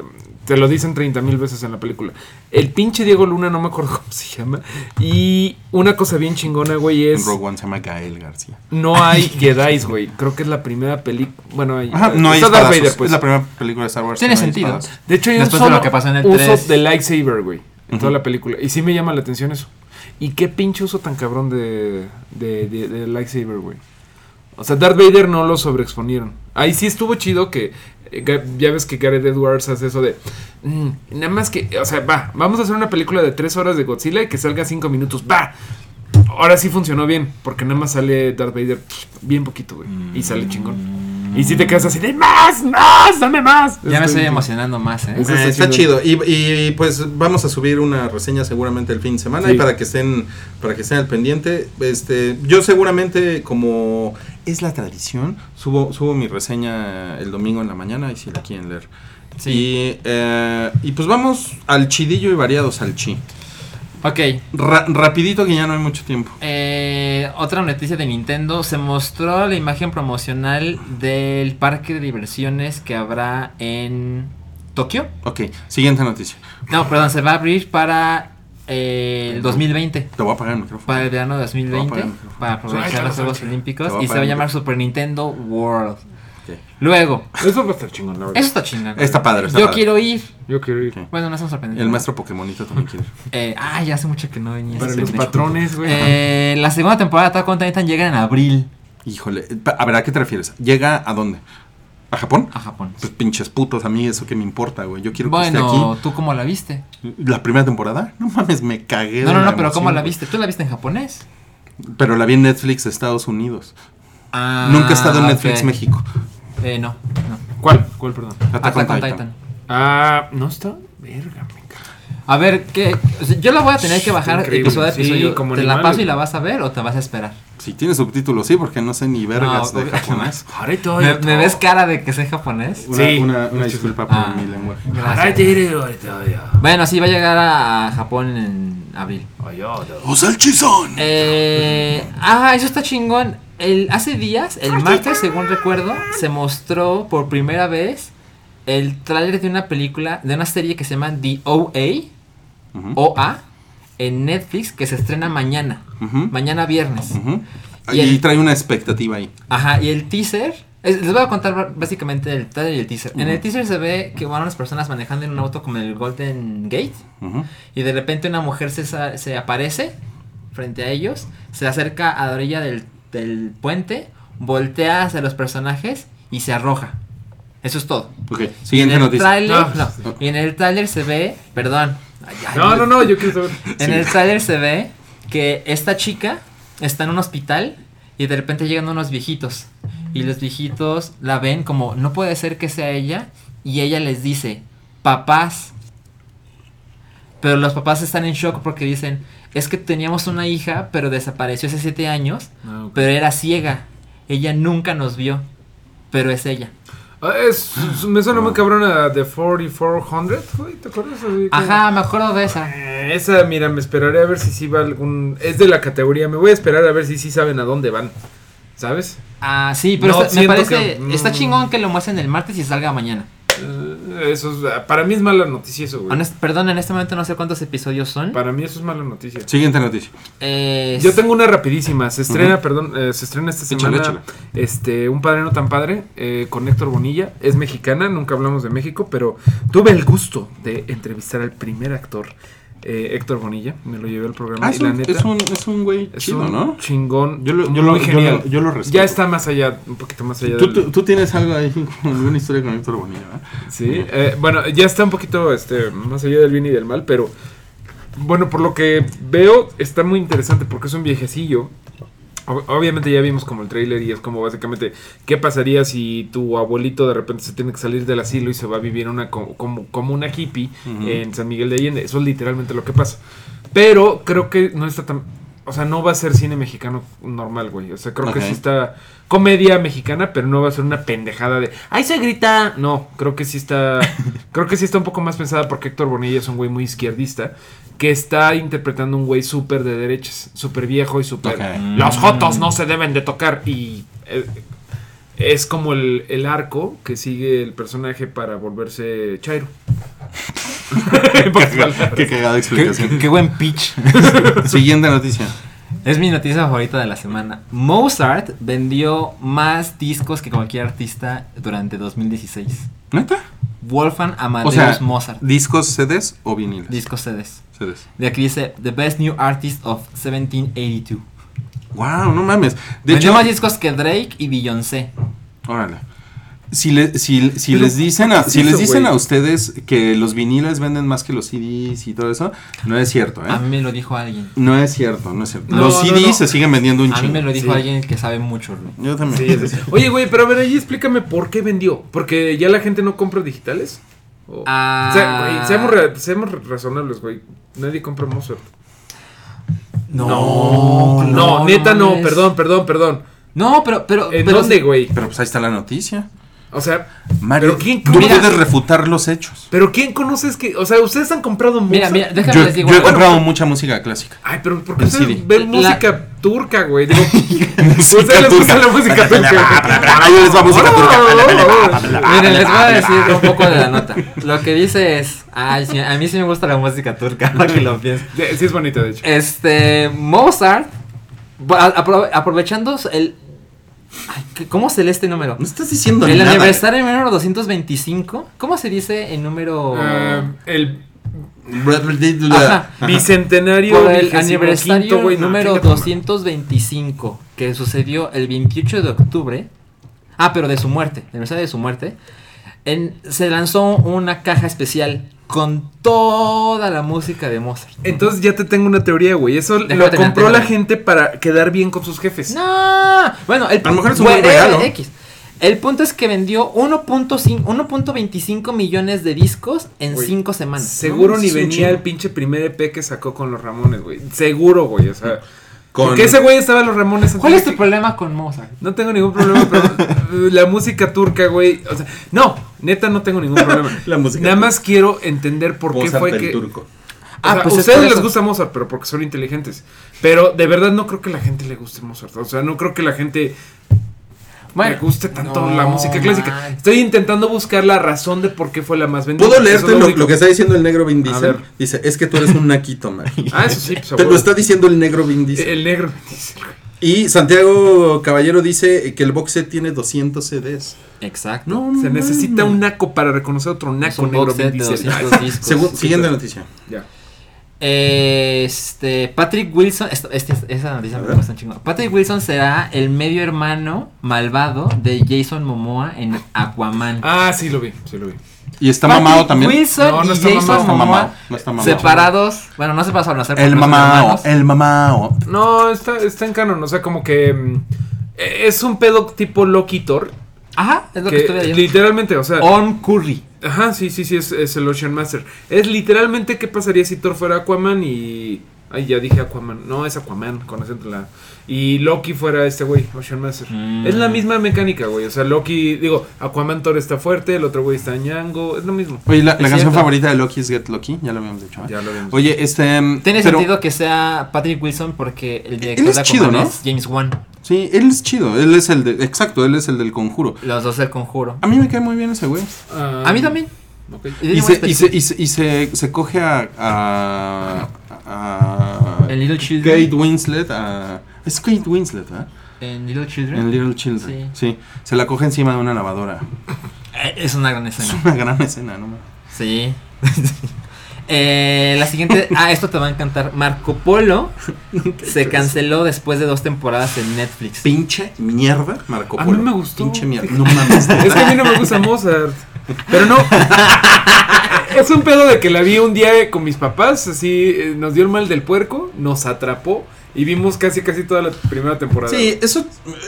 te lo dicen 30 mil veces en la película. El pinche Diego Luna, no me acuerdo cómo se llama. Y una cosa bien chingona, güey, En es. Rogue One se llama Gael García. No hay Jedi, güey. Creo que es la primera película. Bueno, hay, Ajá, no hay está Darth espadazos. Vader, pues. Es la primera película de Star Wars. que Tiene no hay sentido. espadas. De hecho, hay Después un de solo lo que pasó en el uso tres. de lightsaber, güey. En toda la película. Y sí me llama la atención eso. Y qué pinche uso tan cabrón de, de, de- de lightsaber, güey. O sea, Darth Vader no lo sobreexponieron. Ahí sí estuvo chido que. eh, Ga- Ya ves que Gareth Edwards hace eso de. "Mm, nada más que. O sea, va. Vamos a hacer una película de tres horas de Godzilla y que salga cinco minutos. ¡Va! Ahora sí funcionó bien. Porque nada más sale Darth Vader bien poquito, güey. Y sale chingón. Y si te quedas así de más, más, dame más. Ya me Está estoy bien. emocionando más, ¿eh? Eso Eh, está está chido. Y, y, pues vamos a subir una reseña seguramente el fin de semana. Sí. Y para que estén, para que estén al pendiente. Este, yo seguramente, como es la tradición, subo, subo mi reseña el domingo en la mañana y si la quieren leer. Sí. Y, eh, y pues vamos al chidillo y variados al chi. Ok. Ra- rapidito que ya no hay mucho tiempo. eh, otra noticia de Nintendo. Se mostró la imagen promocional del parque de diversiones que habrá en Tokio. Ok, siguiente noticia. No, perdón, se va a abrir para eh, el 2020. Te voy a apagar el micrófono. Para el verano de 2020, Te voy a apagar el para Ay, aprovechar claro, los Juegos claro. Te Olímpicos voy a y se va a apagar el llamar micrófono. Super Nintendo World. Ok. Luego, Eso va a estar chingón, la verdad. eso está chingando. Está padre, está Yo padre. quiero ir. Yo quiero ir. Sí. Bueno, no estamos sorprendidos. El maestro Pokémonito también quiere. Eh, ah, ya hace mucho que no venía. Para ese los pendejo. patrones, güey. Eh, la segunda temporada de Attack on Titan llega en abril Híjole, pa- a ver, ¿a qué te refieres? ¿Llega a dónde? ¿A Japón? a Japón. Pues pinches putos, a mí eso que me importa, güey. Yo quiero que Bueno, esté ¿tú cómo la viste? aquí. La primera temporada, no mames, me cagué. No, de no, la no, pero ¿cómo emoción, la güey. viste? ¿Tú la viste en japonés? Pero la vi en Netflix de Estados Unidos. Ah, Nunca he estado en Netflix ok. México. Eh, no, no. ¿Cuál? ¿Cuál, perdón? Attack on Titan. Ah, no está. Verga, me cago. A ver, ¿qué? O sea, yo la voy a tener que bajar Increíble. episodio a Sí, episodio. como ¿Te la animal. paso y la vas a ver o te vas a esperar? Si tiene subtítulos, sí, porque no sé Ah, ni vergas No, de japonés. ¿Me, me ves cara de que sé japonés? Una, Sí. una, una disculpa por Ah. mi lenguaje. Gracias. Bueno, sí, va a llegar a Japón en abril. ¡O ¡Oh, salchizón! Eh, ah, eso está chingón. El, hace días, el martes, según recuerdo, se mostró por primera vez el tráiler de una película, de una serie que se llama The OA, Ujú. OA, en Netflix, que se estrena mañana, Ujú. mañana viernes. Ujú. Y Y, el- trae una expectativa ahí. Ajá, y el teaser. es- les voy a contar ba- básicamente el trailer y el teaser. En el Ujú. teaser se ve que van unas personas manejando en un auto como el Golden Gate. Ujú. Y de repente una mujer se, sa- se aparece frente a ellos. Se acerca a la orilla del, del puente. Voltea hacia los personajes y se arroja. Eso es todo. Ok, Y en siguiente el noticia. tráiler. No. no, y en el tráiler se ve. Perdón. ay, ay, No, no, no, yo quiero saber. en el tráiler se ve que esta chica está en un hospital y de repente llegan unos viejitos. Y los viejitos la ven como, no puede ser que sea ella. Y ella les dice, papás. Pero los papás están en shock porque dicen, es que teníamos una hija, pero desapareció hace siete años, Ah, ok. pero era ciega. Ella nunca nos vio, pero es ella. Ah, es- es- me suena Oh. muy cabrón a The 4400, güey. ¿Te acuerdas? Así que- Ajá, me acuerdo de esa. Eh, Esa, mira, me esperaré a ver si sí va algún. Es de la categoría. Me voy a esperar a ver si sí saben a dónde van. ¿Sabes? Ah, sí, pero No, está- me siento parece, que- está mm. chingón que lo muestren el martes y salga mañana. Eh, eso es- para mí es mala noticia eso, güey. Honest- perdón, en este momento no sé cuántos episodios son. Para mí eso es mala noticia. Siguiente noticia. Eh, Yo tengo una rapidísima. Se estrena, Ujú. perdón, eh, se estrena esta semana. Échale, Este, un padre no tan padre eh, con Héctor Bonilla. Es mexicana, nunca hablamos de México, pero tuve el gusto de entrevistar al primer actor eh, Héctor Bonilla, me lo llevé al programa. Ah, y es la un, neta, es, un, es un güey es chido, un ¿no? chingón. Yo lo- yo lo- muy yo genial. lo- yo lo respeto. Ya está más allá, un poquito más allá. Tú, del- tú- tú tienes algo ahí, una historia con Héctor Bonilla, ¿verdad? Sí, eh, bueno, ya está un poquito este, más allá del bien y del mal, pero bueno, por lo que veo, está muy interesante porque es un viejecillo. Ob- Obviamente ya vimos como el trailer y es como básicamente qué pasaría si tu abuelito de repente se tiene que salir del asilo y se va a vivir una co- como, como una hippie Ujú. en San Miguel de Allende. Eso es literalmente lo que pasa. Pero creo que no está tan... O sea, no va a ser cine mexicano normal, güey. O sea, creo Ok. que sí está comedia mexicana, pero no va a ser una pendejada de ¡Ay, se grita! No, creo que sí está... creo que sí está un poco más pensada porque Héctor Bonilla es un güey muy izquierdista que está interpretando un güey súper de derechas, súper viejo y súper... Ok. Los jotos no se deben de tocar y... eh, es como el, el arco que sigue el personaje para volverse Chairo. En pocas palabras. Qué cagada Qué, explicación. qué- qué buen pitch. Siguiente noticia. Es mi noticia favorita de la semana. Mozart vendió más discos que cualquier artista durante 2016. ¿Neta? Wolfgang Amadeus O sea, Mozart. ¿discos, CDs o viniles? Discos CDs. CDs. De aquí dice The Best New Artist of 1782. Wow, no mames. De De hecho, más discos que Drake y Beyoncé. órale. Si, le- si, si Pero, les dicen, a, ¿qué es si les eso, dicen güey? a ustedes que los viniles venden más que los CDs y todo eso, no es cierto, A ¿eh? mí me lo dijo alguien. No es cierto, no es cierto. No, los no, CDs no. se siguen vendiendo un A mí chingo. me lo Sí. dijo alguien que sabe mucho, Rui. Yo también. Sí, sí, sí. Oye, güey, pero a ver, ahí explícame por qué vendió. Porque ya la gente no compra digitales. O- Ah. O sea, güey, seamos, re- seamos razonables, güey. Nadie compra Mozart. No, no, neta no, mames. perdón, perdón, perdón. No, pero, pero. ¿En pero dónde, sí- güey? Pero pues ahí está la noticia. O sea, Mario, Pero ¿quién- tú mira- puedes refutar los hechos. ¿pero quién conoces que.? O sea, ¿ustedes han comprado Mira, Mozart? mira, déjame Yo, les yo digo. he algo. comprado mucha música clásica. Ay, pero ¿por qué El ustedes CD. ven La- música turca, güey? Digo, Música ustedes les gusta turca. Oh. la música turca. Ahí les va música turca. Miren, les voy Ah, a decir un poco de la nota. Lo que dice es. Ay, sí, a mí sí me gusta la música turca, para que lo piensen. Sí, Sí, es bonita, de hecho. Este. Mozart. va- apro- aprovechando el. Ay, ¿qué- ¿Cómo se lee este número? No estás diciendo El nada. eh. aniversario número 225. ¿Cómo se dice el número? Ah, el Ajá. bicentenario. Por el vigésimo aniversario quinto, güey, no, número chinga tu madre. 225 que sucedió el 28 de octubre. Ah, pero de su muerte, el aniversario de su muerte. en- se lanzó una caja especial con toda la música de Mozart. Entonces ya te tengo una teoría, güey. Eso Déjame lo terminar, compró déjame. la gente para quedar bien con sus jefes. No. Bueno, el A lo mejor es un güey, eh, buen regalo. X. El punto es que vendió 1.5 1.25 millones de discos en Güey, 5 semanas. Seguro No, ni es un venía chingo. el pinche primer EP que sacó con los Ramones, güey. Seguro, güey. O sea, Con- porque ese güey estaba en los Ramones antes ¿Cuál es de tu que- problema con Mozart? No tengo ningún problema, pero eh, la música turca, güey. O sea, no, neta, no tengo ningún problema. La música Nada turca. más quiero entender por qué Mozart fue el que. turco. Ah, Ah, pues pues a es ustedes por les eso. gusta Mozart, pero porque son inteligentes. Pero de verdad no creo que la gente le guste Mozart. O sea, no creo que la gente Bueno, le guste tanto no, la música clásica. man. Estoy intentando buscar la razón de por qué fue la más vendida. Puedo Eso es leerte lo, único. lo que está diciendo el negro Vin Diesel. ver. Dice, es que tú eres un naquito, man. Ah, eso sí, pues, a Te lo huevo. está diciendo el negro Vin Diesel. El negro. Y Santiago Caballero dice que el box set tiene 200 CDs. Exacto. No, Se mames. necesita un naco para reconocer otro Es naco un negro box set Vin de Diesel. 200 discos. Segu- siguiente noticia. Ya. Este, Patrick Wilson, esta- esta- esa noticia me gusta un chingo. Patrick Wilson será el medio hermano malvado de Jason Momoa en Aquaman. Ah, sí lo vi, sí lo vi. ¿Y está Patrick mamado también? Wilson No, no y está Jason mamado. Está Momoa mamado. No está mamado. separados. Bueno, no separados al nacer. porque El no son mamao, hermanos. el mamao. No, está, está en canon, o sea, como que mm, eh, es un pedo tipo Lokitor. Ajá, es lo que, que estuve leyendo. Oh. literalmente, o sea, On Curry. ajá, sí, sí, sí, es, es el Ocean Master. Es literalmente qué pasaría si Thor fuera Aquaman y ay, ya dije Aquaman, no, es Aquaman con acento en la y Loki fuera este güey, Ocean Master. Mm. Es la misma mecánica, güey, o sea, Loki, digo, Aquaman Thor está fuerte, el otro güey está ñango, es lo mismo. Oye, la, la Es canción cierto. favorita de Loki es Get Loki, ya lo habíamos dicho. ¿eh? Ya lo vemos. Oye, este... mm, Tiene pero- sentido que sea Patrick Wilson porque el director es de Aquaman chido, ¿no? es James Wan. Sí, él es chido, él es el de... Exacto, él es el del conjuro. Los dos del conjuro. A mí me cae muy bien ese güey. A mí también. Y, se, y, se, y, se, y se- se coge a. a, a- En Little Children. Kate Winslet. a- es Kate Winslet, ¿verdad? En Little Children. En Little Children. Sí. Se la coge encima de una lavadora. Eh, Es una gran Es escena. una gran escena, ¿no? Sí. Eh, la siguiente, ah, esto te va a encantar. Marco Polo se canceló después de dos temporadas en Netflix. Pinche mierda, Marco A Polo. mí me gustó. Pinche mierda. No mames. Es que a mí no me gusta Mozart. Pero no. Es un pedo de que la vi un día con mis papás, así eh, nos dio el mal del puerco, nos atrapó y vimos casi casi toda la primera temporada. Sí, eso,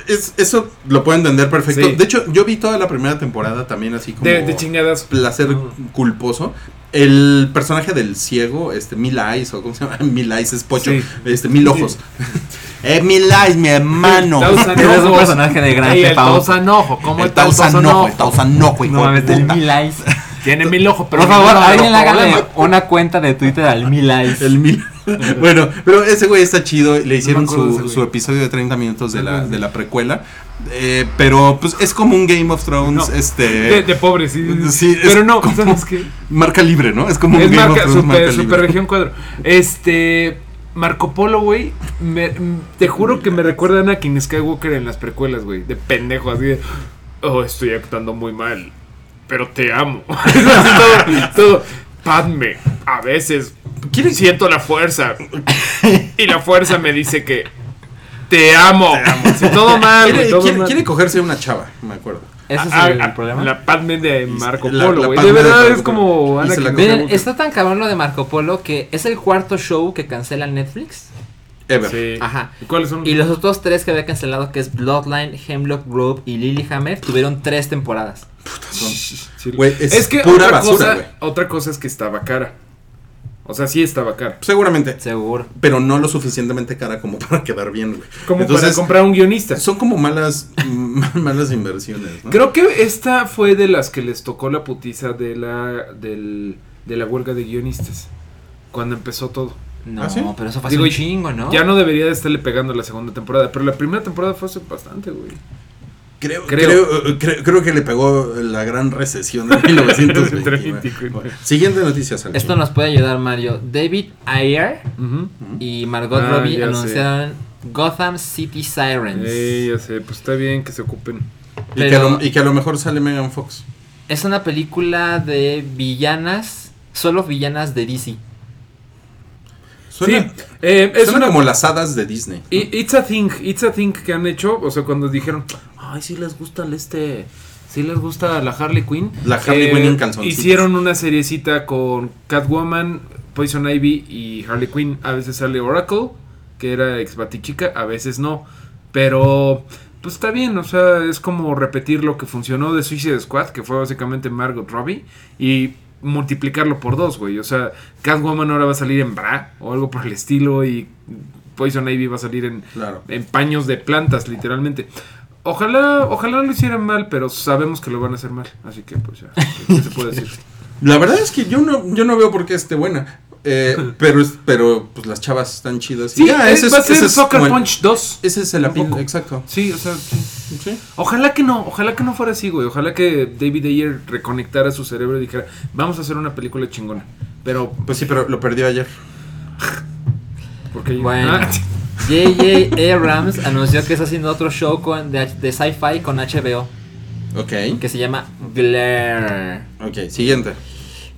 es, eso lo puedo entender perfecto. Sí. De hecho, yo vi toda la primera temporada también así como... De, Mm. de chingadas. placer culposo. El personaje del ciego, este, Mil Eyes, o cómo se llama, Mil Eyes es Pocho, Sí. este, Mil Ojos. eh, Mil Eyes, mi hermano. Tausan Pero es un ojos. personaje de Grand Ey, Theft el Auto. Tausanojo, ¿cómo El el Tausanojo? Tausanojo, el Tausanojo, hijo No mames, de del puta. Mil Eyes. Tiene mil ojos, pero Por favor, no, no, alguien no, hágale problema. una cuenta de Twitter al Mil Eyes. El Mil- bueno, pero ese güey está chido. Le hicieron acuerdo de ese su, güey. su episodio de 30 minutos de la, de la precuela. Eh, pero pues es como un Game of Thrones, No. este. De, de pobre, sí. Sí, es pero no, como- ¿sabes qué? Marca libre, ¿no? Es como un Es Game of marca, Thrones marca super, libre. super región cuadro. Este. Marco Polo, güey, me- m- te juro que me recuerda a Anakin Skywalker en las precuelas, güey, de pendejo, así de, oh, estoy actuando muy mal, pero te amo. Así todo, todo, Padme, a veces siento la fuerza y la fuerza me dice que te amo. Sí, todo mal, güey, Quiere, todo quiere- mal. quiere cogerse a una chava, me acuerdo. Ese es Ah, el, ah, problema. La Padme de Marco la- la Polo, güey. Padme De de verdad Marco es Polo. como Y se la cogió. Anakin Skywalker. Miren, está tan cabrón lo de Marco Polo que es el cuarto show que cancela Netflix. Ever. Sí. Ajá. ¿Y ¿Cuáles son? Y los otros tres que había cancelado, que es Bloodline, Hemlock Grove y Lilyhammer, tuvieron tres temporadas. Sí. Güey, es, es que pura otra, basura, cosa, güey. otra cosa es que estaba cara. O sea, sí estaba cara. Seguramente. Seguro. Pero no lo suficientemente cara como para quedar bien, güey. Como para Entonces, comprar un guionista. son como malas, mm, malas inversiones, ¿no? Creo que esta fue de las que les tocó la putiza de la, del, de la huelga de guionistas. Cuando empezó todo. No, ¿Ah, sí? pero eso fue Digo, un chingo, ¿no? Ya no debería de estarle pegando la segunda temporada. Pero la primera temporada fue hace bastante, güey. creo, creo. creo. Creo, creo que le pegó la gran recesión de 1929. Bueno, Siguiente noticia, Salchi. Esto nos puede ayudar, Mario. David Ayer Ujú. y Margot Ah, Robbie ya anunciaron Gotham City Sirens. Ey, ya sé, pues está bien que se ocupen. y, que a pero- lo, y que a lo mejor sale Megan Fox. Es una película de villanas, solo villanas de DC. Suena, sí, eh, es suena una como las hadas de Disney. I- It's a thing, it's a thing que han hecho, o sea, cuando dijeron, ay, sí les gusta el este, sí les gusta la Harley Quinn. Eh, La Harley Quinn en calzoncitos. Hicieron una seriecita con Catwoman, Poison Ivy y Harley Quinn. A veces sale Oracle, que era ex Batichica, a veces no. Pero, pues está bien, o sea, es como repetir lo que funcionó de Suicide Squad, que fue básicamente Margot Robbie, y multiplicarlo por dos, güey. O sea, Catwoman ahora va a salir en bra o algo por el estilo, y Poison Ivy va a salir en, Claro. en paños de plantas, literalmente. Ojalá, ojalá lo hicieran mal, pero sabemos que lo van a hacer mal. Así que, pues ya, ¿qué se puede decir? La verdad es que yo no, yo no veo por qué esté buena. Eh, pero, es- pero pues las chavas están chidas. y Sí, ya, es- ese es- va a ser ese es Soccer como el- Punch 2. Ese es el apil, Tampoco. exacto. Sí, o sea, sí. Sí. ojalá que no, ojalá que no fuera así, güey. Ojalá que David Ayer reconectara su cerebro y dijera, vamos a hacer una película chingona. Pero, Pues sí, pero lo perdió ayer. porque Bueno. Ah, J.J. Abrams anunció que está haciendo otro show con, de, de sci-fi con HBO, Ok. que se llama Glare. Ok, siguiente.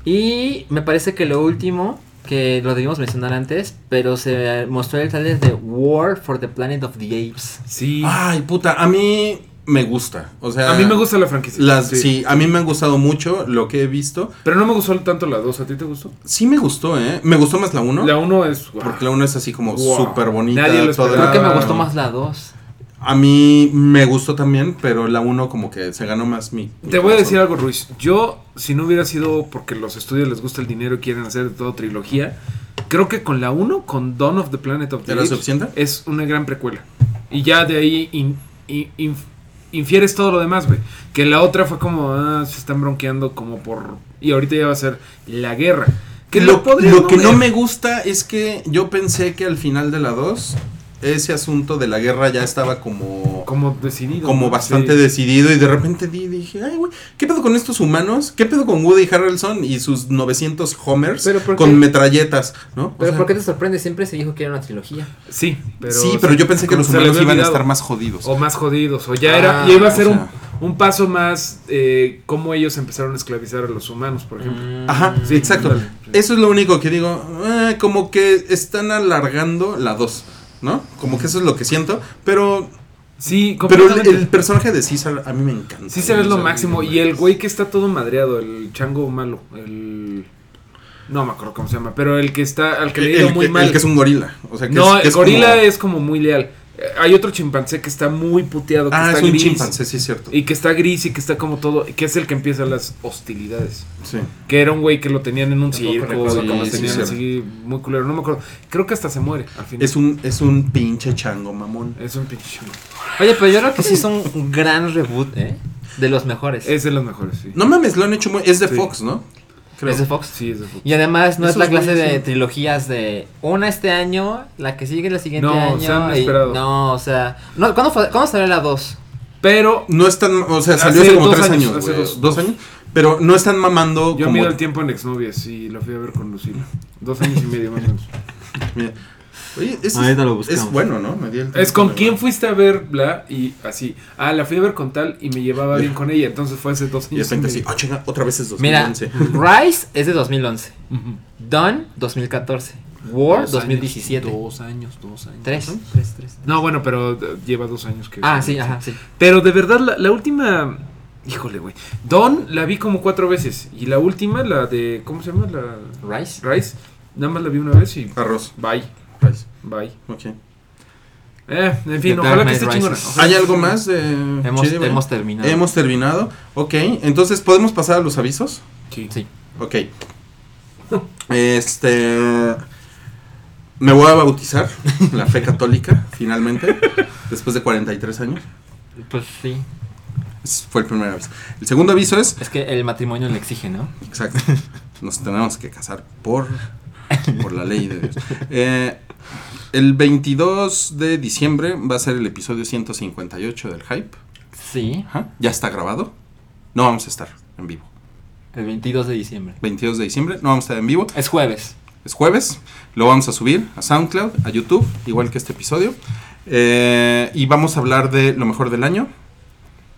Y me parece que lo último, que lo debimos mencionar antes, pero se mostró el trailer de War for the Planet of the Apes. sí. Ay, puta, a mí me gusta. O sea, a mí me gusta la franquicia. Las, sí. a mí me han gustado mucho lo que he visto. Pero no me gustó tanto la 2. ¿A ti te gustó? Sí me gustó, ¿eh? Me gustó más la 1. La 1 es... guau. Porque la 1 es así como Wow. súper bonita. Nadie lo todo el- esperaba. Creo que me gustó más la 2. A mí me gustó también, pero la 1 como que se ganó más mi. mi Te voy a corazón. decir algo, Ruiz. Yo, si no hubiera sido porque los estudios les gusta el dinero y quieren hacer de todo trilogía, creo que con la 1, con Dawn of the Planet of the ¿Era Apes, suficiente? es una gran precuela. Y ya de ahí in- in- inf- infieres todo lo demás, güey. Que la otra fue como, ah, se están bronqueando como por... Y ahorita ya va a ser la guerra. Que lo, lo, podría lo que no ver. me gusta es que yo pensé que al final de la 2 ese asunto de la guerra ya estaba como Como decidido. como ¿no? bastante Sí. decidido y de repente di- dije, ay, güey, ¿qué pedo con estos humanos? ¿Qué pedo con Woody Harrelson y sus 900 Homers Pero, ¿por con qué? metralletas, ¿no? O Pero sea, ¿por qué te sorprende? Siempre se dijo que era una trilogía. Sí, pero... sí, pero yo pensé que los como se le humanos había iban a olvidado. estar más jodidos. O más jodidos, o pues, ya Ah, era, ya iba a o ser sea. un, un paso más eh, cómo ellos empezaron a esclavizar a los humanos, por ejemplo. Mm. Ajá, Sí, exacto. ándale. Eso es lo único que digo. eh, como que están alargando la 2, ¿no? Como que eso es lo que siento. Pero, Sí, pero el, completamente. el personaje de César a mí me encanta. César es lo máximo. Y el mames. güey que está todo madreado, el chango malo, el... No me acuerdo cómo se llama, pero el que está, al que El, le ha ido el muy que, mal. el que es un gorila. O sea, que no, es- que el gorila como- es como muy leal. Eh, Hay otro chimpancé que está muy puteado. Que Ah, está es un gris, chimpancé, sí, es cierto. Y que está gris y que está como todo, que es el que empieza las hostilidades. Sí. Que era un güey que lo tenían en un circo, recuerdo lo cómo se tenían llama. así muy culero, no me acuerdo. Creo que hasta se muere al final. Es un, es un pinche chango, mamón. Es un pinche chango. Oye, pero yo creo que sí es un gran reboot, ¿eh? De los mejores. Es de los mejores, sí. No mames, lo han hecho muy. Es de Sí. Fox, ¿no? Es de Fox. Sí, es de Fox. Y además no es Esos la clase güeyes, de sí. trilogías de una este año, la que sigue el siguiente No, año. se han y- esperado. no, o sea, no, ¿cuándo, fue- ¿cuándo salió la 2? Pero No están. O sea, salió Hace hace como dos tres años, años. hace güey, dos- dos, años. Pero no están mamando yo como. mido el tiempo en exnovias y lo fui a ver con Lucila. Dos años y medio más o menos. Mira. Oye, ese es, Ahorita lo buscamos. es bueno, ¿no? Me di el Es tiempo, con la quién verdad. fuiste a ver, bla, y así. Ah, la fui a ver con tal y me llevaba bien con ella. Entonces fue hace dos Y de años. y repente así, medio. ah, chinga, otra vez es Mira, 2011. Rise es de 2011, Ujú. Dawn 2014, War Dos años, 2017. Dos años, dos años. Tres, tres, tres. No, bueno, pero eh, lleva dos años que. Ah, sí, ajá, sí. Pero de verdad, la, la última. Híjole, güey. Don la vi como cuatro veces. Y la última, la de. ¿Cómo se llama? La. Rise. Rice. Nada más la vi una vez y. Arroz. Bye. Rice. Bye. Ok. Eh, en The fin, ojalá Dark que Knight esté Rises. chingona. ojalá ¿Hay que algo esté más de Hemos, Chidi, güey? hemos terminado. Hemos terminado. Ok, entonces podemos pasar a los avisos. chingona. Sí. Sí. Ok. Este. Me voy a bautizar, la fe católica, finalmente, después de 43 años. Pues sí. Ese fue el primer aviso. El segundo aviso es. Es que el matrimonio le exige, ¿no? Exacto. Nos tenemos que casar por, por la ley de Dios. Eh, el 22 de diciembre va a ser el episodio 158 del Hype. Sí. Ajá, Ya está grabado. No vamos a estar en vivo. El 22 de diciembre. 22 de diciembre, no vamos a estar en vivo. Es jueves. Es jueves. Lo vamos a subir a SoundCloud, a YouTube, igual que este episodio. Eh, y vamos a hablar de lo mejor del año,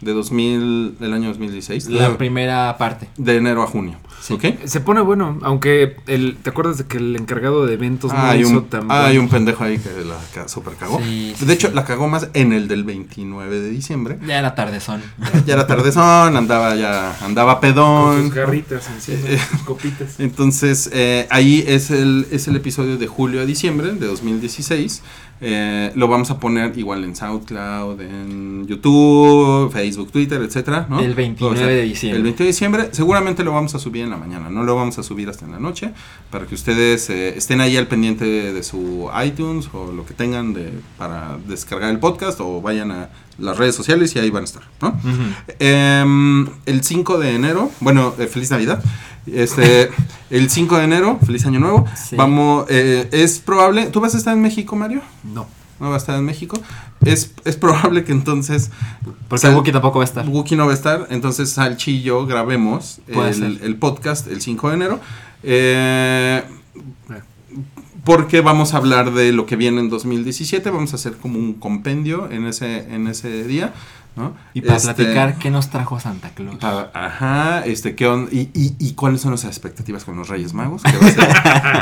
de 2000, del año 2016. La primera parte. de enero a junio. Sí. ¿Ok? Se pone bueno, aunque el, ¿te acuerdas de que el encargado de eventos no Ah, hay, hizo un, tan ah, hay bueno? un pendejo ahí que la ca- super cagó. Sí, sí, de hecho, sí. la cagó más en el del 29 de diciembre. Ya era tardezón. Ya era tardezón, andaba ya, andaba Con pedón. sus garritas encima, Eh, sus copitas. Entonces, eh, ahí es el, es el episodio de julio a diciembre de 2016. Eh, lo vamos a poner igual en SoundCloud, en YouTube, Facebook, Twitter, etcétera, ¿no? El 29 de diciembre. El 29 de diciembre. Seguramente lo vamos a subir en la mañana, no lo vamos a subir hasta en la noche, para que ustedes eh, estén ahí al pendiente de su iTunes o lo que tengan de, para descargar el podcast o vayan a las redes sociales y ahí van a estar, ¿no? Em, el 5 de enero, bueno, eh, feliz Navidad. Este, el 5 de enero, feliz año nuevo. Sí. Vamos, eh, es probable. ¿Tú vas a estar en México, Mario? No. No vas a estar en México. Es, es probable que entonces Porque Sal- Wookie tampoco va a estar. Wookie no va a estar. Entonces Salchi y yo grabemos Puede el, ser. el podcast el 5 de enero. Eh, porque vamos a hablar de lo que viene en 2017. Vamos a hacer como un compendio en ese, en ese día. ¿no? Y para Este, Ah. platicar qué nos trajo Santa Claus. Pa- Ajá, este, ¿qué on- y, y, y cuáles son las expectativas con los Reyes Magos? Que va a ser,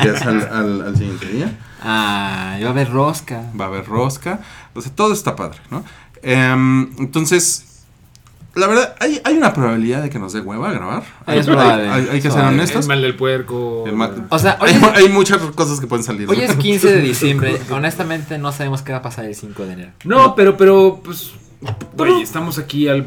que es al, al- al siguiente día. Ah, iba a haber rosca. Va a haber rosca. O sea, todo está padre, ¿no? Em, entonces, la verdad, hay, hay una probabilidad de que nos dé hueva grabar. Hay, Es probable. hay- hay que ser Suave. Eh, El honestos. mal del puerco. El mal- O sea, hoy hay, es, hay muchas cosas que pueden salir. hoy ¿no? es 15 de diciembre. Honestamente, no sabemos qué va a pasar el 5 de enero. No, pero, pero, pues, güey, estamos aquí al,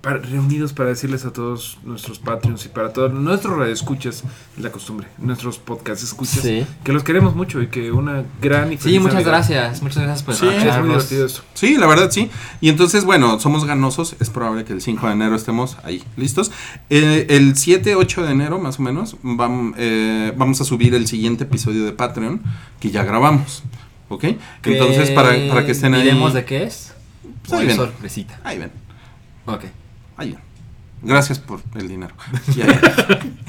para- reunidos para decirles a todos nuestros Patreons y para todos nuestros radioescuchas, es la costumbre, nuestros podcast escuchas, Sí. que los queremos mucho y que una gran y Sí, feliz muchas Navidad. gracias. Muchas gracias por Sí, es muy Es muy escucharnos. divertido esto. Sí, la verdad sí. Y entonces, bueno, somos ganosos. Es probable que el 5 de enero estemos ahí, listos. Eh, el 7, 8 de enero, más o menos, vam- eh, vamos a subir el siguiente episodio de Patreon que ya grabamos. ¿Ok? Que Entonces, para, para que estén ahí. ¿Diremos de qué es? Pues O ahí es ven. sorpresita. Ahí ven, Ok. ahí ven. Gracias por el dinero. Y ahí ven.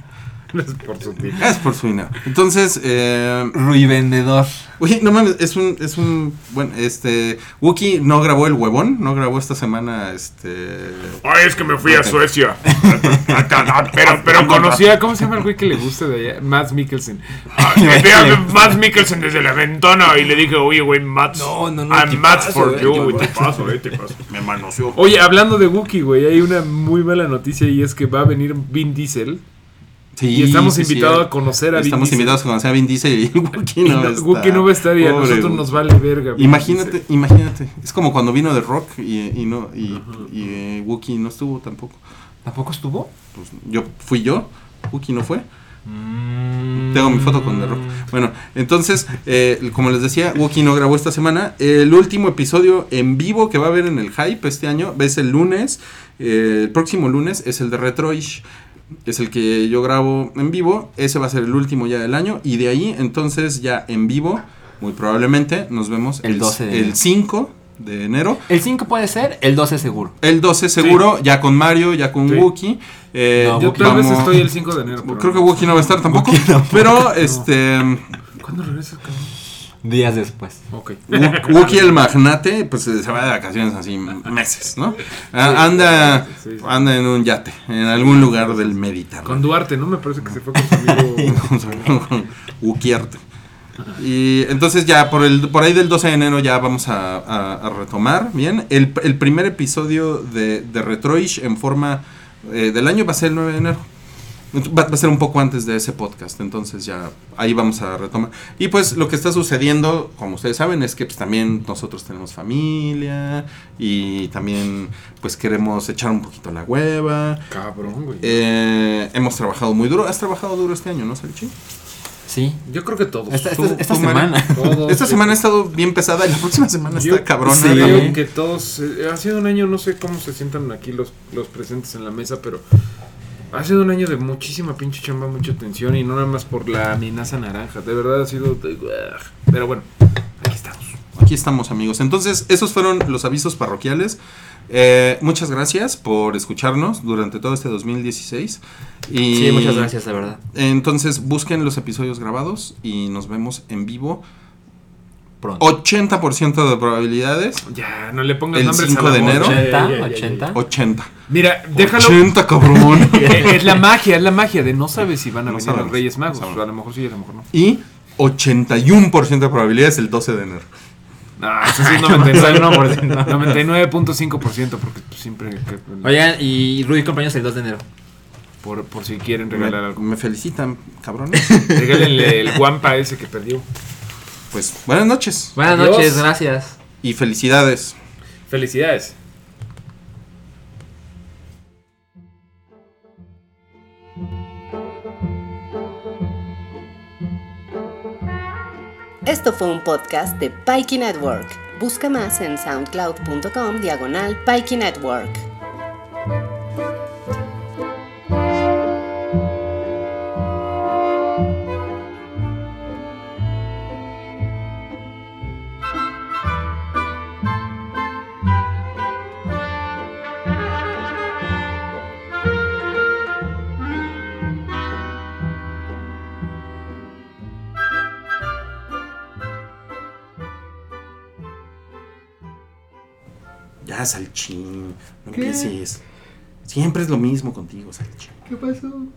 Es por su vida. Es por su dinero. Entonces, eh, Ruivendedor. Oye, no mames, es un, es un, bueno, este, Wookie no grabó el huevón, no grabó esta semana, este, Ay, es que me fui a Suecia. Pero, pero conocía, ¿cómo se llama el güey que le gusta de allá? Mads Mikkelsen. Ah, vi a Matt Mikkelsen desde la ventana y le dije, oye, güey, Matt. No, no, no, I'm te Matt paso, for eh, you. yo, güey, Te paso, eh, te paso. Me manoseó. Oye, hablando de Wookiee, güey, hay una muy mala noticia y es que va a venir Vin Diesel. sí, Y estamos sí, invitados sí, a conocer a Vin Estamos Diesel. invitados a conocer a Vin Diesel y Wookie Y no, no- está. Wookiee no va a estar y a Pobre nosotros Wookie. nos vale verga. Vin Diesel. Imagínate, imagínate, es como cuando vino de Rock y, y no, y, y, eh, Wookie no estuvo tampoco, ¿Tampoco estuvo? Pues, yo fui yo, Wookie no fue. Mm. Tengo mi foto con The Rock. Bueno, entonces, eh, como les decía, Wookie no grabó esta semana. El último episodio en vivo que va a haber en el Hype este año es el lunes. eh, el próximo lunes es el de Retroish. Es el que yo grabo en vivo. Ese va a ser el último ya del año. Y de ahí, entonces, ya en vivo, muy probablemente nos vemos El 12 de el enero. 5 de enero. El 5 puede ser, el 12 seguro. El 12 seguro, ya con Mario, ya con Sí. Wookie. Eh, No, Yo Wookiee. tal vez vamos- estoy el 5 de enero. pero Creo que no. Wookie no va a estar tampoco. Pero este. ¿Cuándo regresas, cabrón? Días después. Ok. Wo- Wookie el magnate, pues se va de vacaciones así meses, ¿no? Ah, Anda, Sí, sí. anda en un yate, en algún lugar del Mediterráneo. Con Duarte, ¿no? Me parece que se fue con su amigo. Wookierte. Y entonces ya por el por ahí del 12 de enero ya vamos a, a- a retomar, ¿bien? El, el primer episodio de, de Retroish en forma eh, del año va a ser el 9 de enero. Va, va a ser un poco antes de ese podcast, entonces ya ahí vamos a retomar. Y pues lo que está sucediendo, como ustedes saben, es que pues también nosotros tenemos familia y también pues queremos echar un poquito la hueva. Cabrón, güey. Eh, hemos trabajado muy duro. ¿Has trabajado duro este año, no, Salchi? Sí. Yo creo que todos. Esta, esta- Tú- esta tú, Mario. semana. Todos. Esta semana ha estado bien pesada y la próxima semana está cabrona. sí. también. Creo que todos. eh, ha sido un año, no sé cómo se sientan aquí los, los presentes en la mesa, pero. Ha sido un año de muchísima pinche chamba, mucha tensión y no nada más por la amenaza naranja. De verdad ha sido. de- uah. Pero bueno, aquí estamos. Aquí estamos, amigos. Entonces, esos fueron los avisos parroquiales. Eh, muchas gracias por escucharnos durante todo este 2016. Y Sí, muchas gracias, de verdad. Entonces, busquen los episodios grabados y nos vemos en vivo. Pronto. 80% de probabilidades. Ya, no le pongas El nombres 5 a la de voz. enero. Ya, ya, 80, ya, ya, ya. 80. 80. Mira, déjalo. 80, cabrón. Eh, Es la magia, es la magia de no sabes si van a No venir sabemos, los Reyes Magos. no sabemos. a lo mejor sí, a lo mejor no. y 81% de probabilidades el 12 de enero. Ah, No, eso sí es 99.5%. 99.5% porque pues, siempre que- Oigan, y Rubí compañeros el 2 de enero. por, por si quieren Me, regalar algo. me felicitan, cabrones. Regálenle el guampa ese que perdió. Pues buenas noches. Buenas Adiós. noches, gracias. y felicidades. Felicidades. Esto fue un podcast de Pikey Network. Busca más en soundcloud.com diagonal Pikey Network. Ya, Salchín, no empieces. Siempre es lo mismo contigo, Salchín. ¿Qué pasó?